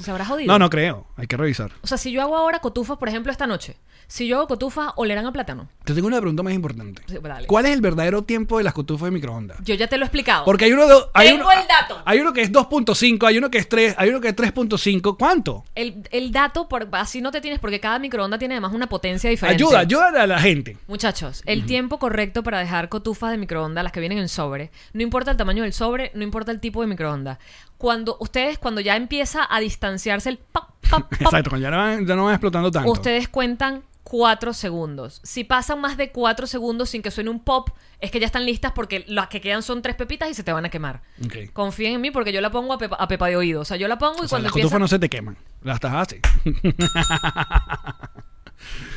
Speaker 2: ¿Se habrá jodido?
Speaker 3: No, no creo. Hay que revisar.
Speaker 2: O sea, si yo hago ahora cotufas, por ejemplo, esta noche, si yo hago cotufas, olerán a plátano.
Speaker 3: Te tengo una pregunta más importante.
Speaker 2: Sí, dale.
Speaker 3: ¿Cuál es el verdadero tiempo de las cotufas de microondas?
Speaker 2: Yo ya te lo he explicado.
Speaker 3: Porque hay uno de, hay
Speaker 2: Tengo
Speaker 3: uno-
Speaker 2: el dato.
Speaker 3: Hay uno que es 2.5, hay uno que es 3, hay uno que es 3.5. ¿Cuánto?
Speaker 2: El, el dato, por, así no te tienes, porque cada microondas tiene además una potencia diferente.
Speaker 3: Ayuda, ayuda a la gente.
Speaker 2: Muchachos, el tiempo correcto para dejar cotufas de microondas, las que vienen en sobre, no importa el tamaño del sobre, no importa el tipo de microondas. Cuando ustedes, cuando ya empieza a distanciarse el pop, pop, pop,
Speaker 3: Exacto, cuando ya no van, ya no van explotando tanto.
Speaker 2: ustedes cuentan cuatro segundos. Si pasan más de cuatro segundos sin que suene un pop, es que ya están listas porque las que quedan son tres pepitas y se te van a quemar.
Speaker 3: Ok.
Speaker 2: Confíen en mí porque yo la pongo a pepa, a pepa de oído. O sea, yo la pongo y
Speaker 3: O sea,
Speaker 2: cuando
Speaker 3: las
Speaker 2: empieza...
Speaker 3: cotufas no se te queman. Las estás así.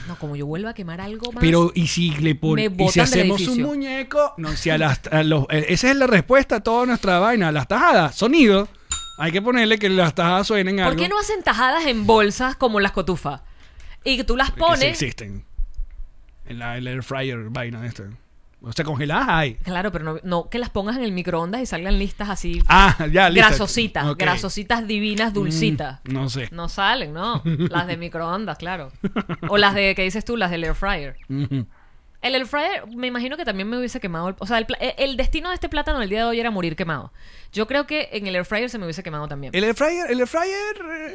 Speaker 2: No, como yo vuelva a quemar algo más...
Speaker 3: Pero, ¿y si le pon-
Speaker 2: Me
Speaker 3: ¿Y si
Speaker 2: botan del
Speaker 3: hacemos un
Speaker 2: edificio.
Speaker 3: muñeco? No, si a las, a los- eh, esa es la respuesta a toda nuestra vaina. Las tajadas, sonido. Hay que ponerle que las tajadas suenen algo.
Speaker 2: ¿Por qué no hacen tajadas en bolsas como las cotufas? Y que tú las
Speaker 3: Porque sí
Speaker 2: pones...
Speaker 3: existen. En la el air fryer vaina de esta. O sea, congeladas hay.
Speaker 2: Claro, pero no, no que las pongas en el microondas y salgan listas así
Speaker 3: Ah, ya, listo.
Speaker 2: grasositas,
Speaker 3: Ok.
Speaker 2: grasositas divinas, dulcitas.
Speaker 3: Mm, no sé.
Speaker 2: No salen, ¿no? Las de microondas, claro. O las de, ¿qué dices tú? Las del air fryer.
Speaker 3: Ujú.
Speaker 2: El air fryer, me imagino que también me hubiese quemado. el- o sea, el, pla- el- el destino de este plátano el día de hoy era morir quemado. Yo creo que en el air fryer se me hubiese quemado también.
Speaker 3: El air fryer, el air fryer. eh,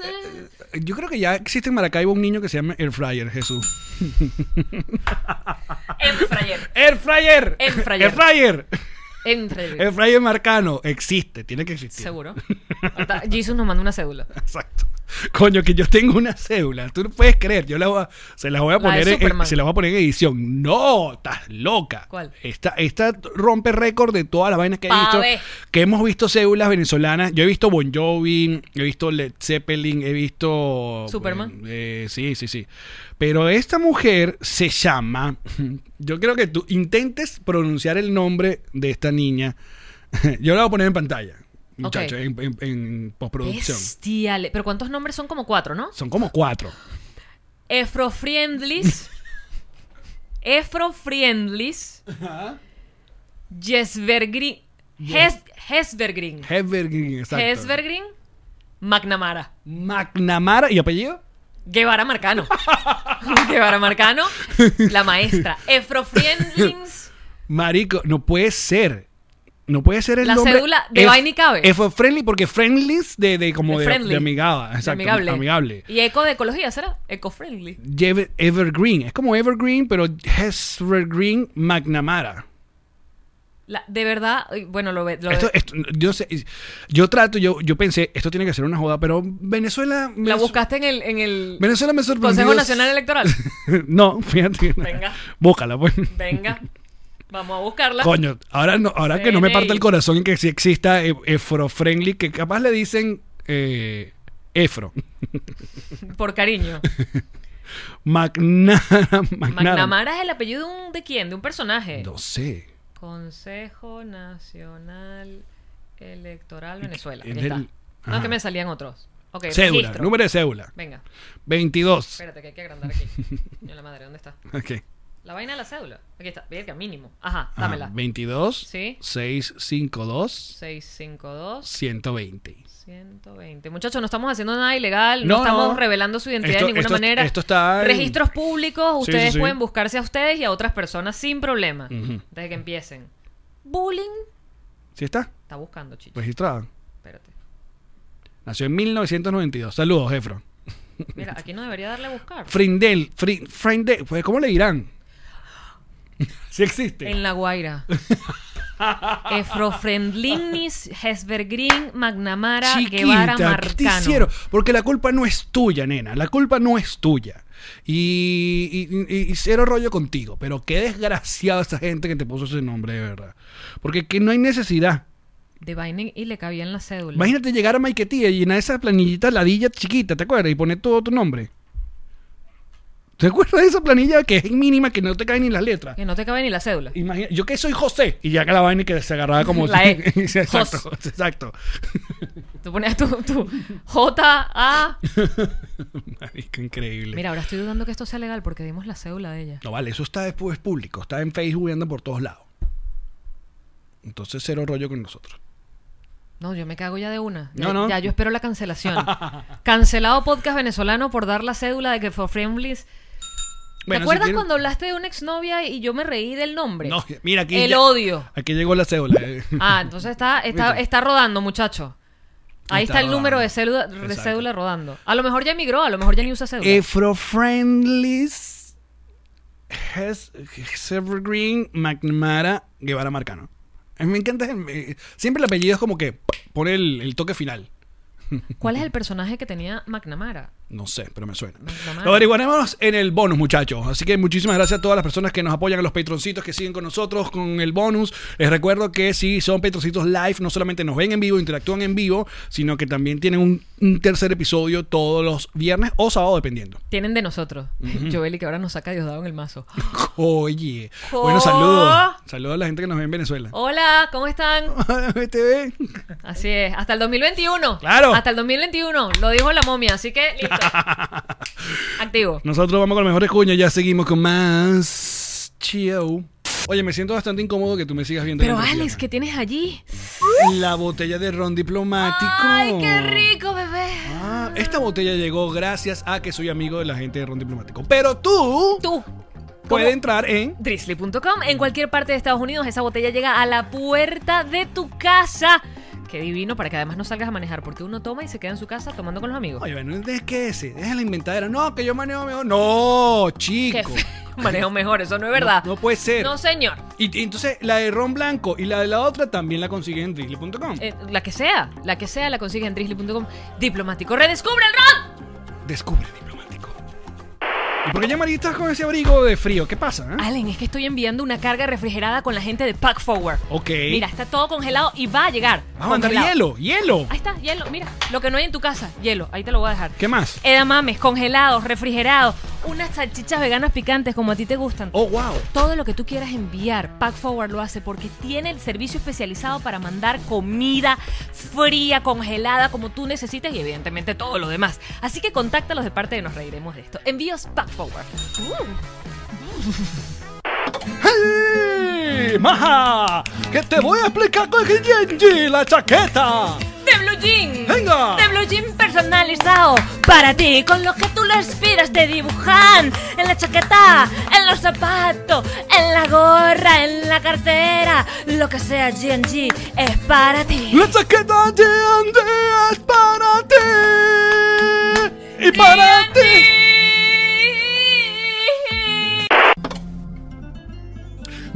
Speaker 3: eh, Yo creo que ya existe en Maracaibo un niño que se llama air fryer, Jesús.
Speaker 2: En fryer.
Speaker 3: Air fryer.
Speaker 2: Air fryer.
Speaker 3: Air fryer.
Speaker 2: En fryer.
Speaker 3: Air fryer marcano existe, tiene que existir.
Speaker 2: Seguro. Ahorita Jesus nos manda una cédula.
Speaker 3: Exacto. Coño, que yo tengo una cédula. Tú no puedes creer. Yo la voy a- se las voy a
Speaker 2: La de
Speaker 3: poner en,
Speaker 2: Superman.
Speaker 3: se las voy a poner en edición. No, estás loca.
Speaker 2: ¿Cuál?
Speaker 3: Esta, esta rompe récord de todas las vainas que he
Speaker 2: Pa'
Speaker 3: visto.
Speaker 2: ver.
Speaker 3: Que hemos visto cédulas venezolanas. Yo he visto Bon Jovi, he visto Led Zeppelin, he visto.
Speaker 2: Superman.
Speaker 3: eh, eh, sí, sí, sí. Pero esta mujer se llama. Yo creo que tú intentes pronunciar el nombre de esta niña. Yo la voy a poner en pantalla. Muchachos, en, en- en postproducción.
Speaker 2: Bestial. Pero ¿cuántos nombres son? Como cuatro, ¿no?
Speaker 3: Son como cuatro.
Speaker 2: Efrofriendlis. Efrofriendlis. Jesbergrin. Hes, Hesbergrin.
Speaker 3: Hesbergin, exacto.
Speaker 2: Hesbergrin. McNamara.
Speaker 3: McNamara. ¿Y apellido?
Speaker 2: Guevara Marcano. Guevara Marcano. La maestra. Efrofriendlings.
Speaker 3: Marico, no puede ser. No puede ser el
Speaker 2: La
Speaker 3: nombre.
Speaker 2: cédula de
Speaker 3: F-
Speaker 2: vaina y cabe.
Speaker 3: F friendly porque friendlies de, de como de,
Speaker 2: friendly.
Speaker 3: de amigaba. Exacto,
Speaker 2: amigable.
Speaker 3: amigable.
Speaker 2: Y eco de ecología, ¿será? Eco-friendly.
Speaker 3: Jev- Evergreen. Es como Evergreen, pero Hesbergreen McNamara.
Speaker 2: La- de verdad, uy, bueno, lo, ve- lo
Speaker 3: Esto,
Speaker 2: ve-
Speaker 3: esto- yo, sé- yo trato, yo, yo pensé, esto tiene que ser una joda, pero Venezuela. me
Speaker 2: la
Speaker 3: sor-
Speaker 2: buscaste en el, en el
Speaker 3: Venezuela me sorprendió.
Speaker 2: Consejo Nacional Electoral.
Speaker 3: no, fíjate.
Speaker 2: Venga.
Speaker 3: Búscala, pues.
Speaker 2: Venga, vamos a buscarla.
Speaker 3: Coño, ahora, no, ahora que no me
Speaker 2: Ven ahí.
Speaker 3: parte el corazón y que si exista e- efro-friendly, que capaz le dicen eh, efro.
Speaker 2: Por cariño.
Speaker 3: Magna, Magnara.
Speaker 2: McNamara es el apellido de, un, de quién? De un personaje.
Speaker 3: No sé.
Speaker 2: Consejo Nacional Electoral Venezuela.
Speaker 3: Es
Speaker 2: Ya
Speaker 3: del-
Speaker 2: está.
Speaker 3: Ajá.
Speaker 2: No, que me salían otros. Ok,
Speaker 3: Cédula,
Speaker 2: registro.
Speaker 3: Ah. número de cédula.
Speaker 2: Venga,
Speaker 3: 22.
Speaker 2: espérate que hay que agrandar aquí. Yo la madre, ¿dónde está?
Speaker 3: Ok. Ah,
Speaker 2: La vaina de la cédula. Aquí está, verga, mínimo. Ajá,
Speaker 3: Ajá,
Speaker 2: dámela.
Speaker 3: 22.
Speaker 2: Sí.
Speaker 3: 652.
Speaker 2: 652
Speaker 3: 120.
Speaker 2: 120. Muchachos, no estamos haciendo nada ilegal,
Speaker 3: No,
Speaker 2: no, estamos
Speaker 3: no.
Speaker 2: revelando su identidad
Speaker 3: Esto-
Speaker 2: de ninguna
Speaker 3: esto-
Speaker 2: manera.
Speaker 3: esto está en-
Speaker 2: Registros públicos,
Speaker 3: Sí,
Speaker 2: ustedes
Speaker 3: sí, sí.
Speaker 2: pueden buscarse a ustedes y a otras personas sin problema.
Speaker 3: Ujú.
Speaker 2: Desde que empiecen. Bullying.
Speaker 3: ¿Sí está?
Speaker 2: Está buscando, chicho.
Speaker 3: Registrada.
Speaker 2: Espérate.
Speaker 3: Nació en 1992. Saludos, Efro.
Speaker 2: Mira, aquí no debería darle a buscar.
Speaker 3: Frindel. Fri- Frindel. Pues, ¿Cómo le dirán? Sí existe.
Speaker 2: En La Guaira. Efrofriendlinis, Hesbergrin, McNamara, Guevara,
Speaker 3: Chiquita, ¿qué te
Speaker 2: Marcano.
Speaker 3: hicieron? Porque la culpa no es tuya, nena. La culpa no es tuya. Y, y- y- y cero rollo contigo. Pero qué desgraciada esa gente que te puso ese nombre, de verdad. Porque que no hay necesidad.
Speaker 2: De vaina y le cabía en la cédula.
Speaker 3: Imagínate llegar a Maiquetía y llenar esa planillita ladilla chiquita, ¿te acuerdas? Y poner todo tu nombre. ¿Te acuerdas de esa planilla que es mínima, que no te caen ni las letras?
Speaker 2: Que no te cabe ni la cédula.
Speaker 3: Imagina- yo que soy José. Y ya que la vaina que se agarraba como.
Speaker 2: La E.
Speaker 3: exacto,
Speaker 2: Jos.
Speaker 3: exacto.
Speaker 2: Tú ponías tu, tu J-A...
Speaker 3: Marico, increíble.
Speaker 2: Mira, ahora estoy dudando que esto sea legal porque dimos la cédula de ella.
Speaker 3: No vale, eso está después público, está en Facebook y anda por todos lados. Entonces cero rollo con nosotros.
Speaker 2: No, yo me cago ya de una. Ya,
Speaker 3: No, no.
Speaker 2: ya yo espero la cancelación. Cancelado podcast venezolano por dar la cédula de que for friendlies. ¿Te
Speaker 3: Bueno, si
Speaker 2: acuerdas
Speaker 3: quieren-
Speaker 2: cuando hablaste de una exnovia y yo me reí del nombre?
Speaker 3: No, mira aquí.
Speaker 2: El
Speaker 3: ya-
Speaker 2: odio.
Speaker 3: Aquí llegó la cédula. eh.
Speaker 2: Ah, entonces está, está,
Speaker 3: ¿Viste?
Speaker 2: está rodando, muchacho. Ahí
Speaker 3: Está
Speaker 2: está, el número de
Speaker 3: rodando.
Speaker 2: cédula, de
Speaker 3: Exacto.
Speaker 2: cédula rodando. A lo mejor ya emigró, a lo mejor ya ni usa cédula.
Speaker 3: Efrofriendlies Hes- Evergreen McNamara Guevara Marcano. A mí me encanta. eh, Siempre el apellido es como que pone el, el toque final.
Speaker 2: ¿Cuál es el personaje que tenía McNamara?
Speaker 3: No sé, pero me suena.
Speaker 2: McNamara.
Speaker 3: Lo averiguaremos en el bonus, muchachos. Así que muchísimas gracias a todas las personas que nos apoyan, a los patroncitos que siguen con nosotros con el bonus. Les recuerdo que si son patroncitos live, no solamente nos ven en vivo, interactúan en vivo, sino que también tienen un, un tercer episodio todos los viernes o sábado, dependiendo.
Speaker 2: Tienen de nosotros. Joeli, que ahora nos saca Diosdado en el mazo.
Speaker 3: Oye.
Speaker 2: Jo.
Speaker 3: Bueno, saludos. Saludos a la gente que nos ve en Venezuela.
Speaker 2: Hola, ¿cómo están?
Speaker 3: ¿Te ven?
Speaker 2: Así es, hasta el 2021.
Speaker 3: Claro.
Speaker 2: Hasta el 2021, lo dijo la momia, así que listo. Activo.
Speaker 3: Nosotros vamos con las mejores cuñas, ya seguimos con más. Chio. Oye, me siento bastante incómodo que tú me sigas viendo.
Speaker 2: Pero
Speaker 3: la
Speaker 2: Alex,
Speaker 3: persiana.
Speaker 2: ¿qué tienes allí?
Speaker 3: La botella de ron diplomático.
Speaker 2: Ay, qué rico, bebé.
Speaker 3: Ah, esta botella llegó gracias a que soy amigo de la gente de ron diplomático. Pero tú,
Speaker 2: Tú,
Speaker 3: puede entrar en
Speaker 2: Drizzly.com. En cualquier parte de Estados Unidos, esa botella llega a la puerta de tu casa. Qué divino, para que además no salgas a manejar, porque uno toma y se queda en su casa tomando con los amigos.
Speaker 3: Oye, bueno, es que ese, deja la inventadera. No, que yo manejo mejor. No,
Speaker 2: Qué
Speaker 3: chico.
Speaker 2: feo. Manejo mejor, eso no es verdad.
Speaker 3: No, no puede ser.
Speaker 2: No, señor.
Speaker 3: Y, y entonces la de ron blanco y la de la otra también la consiguen en drizzly.com.
Speaker 2: Eh, la que sea, la que sea, la consigues en drizzly.com. Diplomático, redescubre el rock.
Speaker 3: Descubre diplomático. ¿Y por qué ya María estás con ese abrigo de frío? ¿Qué pasa? eh?
Speaker 2: Allen, es que estoy enviando una carga refrigerada con la gente de Pack Forward.
Speaker 3: Ok.
Speaker 2: Mira, está todo congelado y va a llegar.
Speaker 3: Vamos a mandar
Speaker 2: Congelado.
Speaker 3: hielo, hielo.
Speaker 2: Ahí está, hielo. Mira, lo que no hay en tu casa, hielo. Ahí te lo voy a dejar.
Speaker 3: ¿Qué más?
Speaker 2: Edamames, congelados, refrigerados, unas salchichas veganas picantes como a ti te gustan.
Speaker 3: Oh, wow.
Speaker 2: Todo lo que tú quieras enviar, Pack Forward lo hace porque tiene el servicio especializado para mandar comida fría, congelada, como tú necesites y evidentemente todo lo demás. Así que contáctalos de parte de Nos Reiremos de esto. Envíos Pack Forward.
Speaker 3: ¡Hey! ¡Maja! ¡Que te voy a explicar con el Genji, la chaqueta!
Speaker 2: De Blue Jean.
Speaker 3: ¡Venga!
Speaker 2: De Blue Jean personalizado para ti, con lo que tú lo inspiras te dibujan en la chaqueta, en los zapatos, en la gorra, en la cartera, lo que sea G&G es para ti.
Speaker 3: ¡La chaqueta Genji es para ti! ¡Y para ti!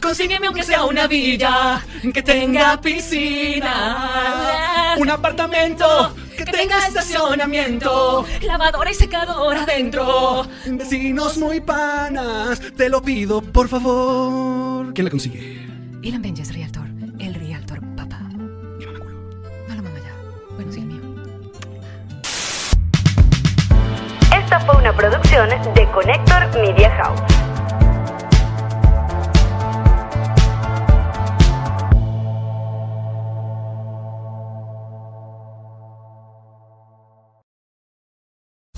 Speaker 2: Consígueme aunque sea una villa que tenga piscina.
Speaker 3: Un apartamento que
Speaker 2: Oh, Que
Speaker 3: tenga estacionamiento.
Speaker 2: lavadora y secadora adentro.
Speaker 3: Vecinos muy panas, te lo pido por favor. ¿Quién la consigue?
Speaker 2: Ilan Benji es Realtor, el Realtor papá. No lo mama ya. Bueno, sí, el mío.
Speaker 1: Esta fue una producción de Connector Media House.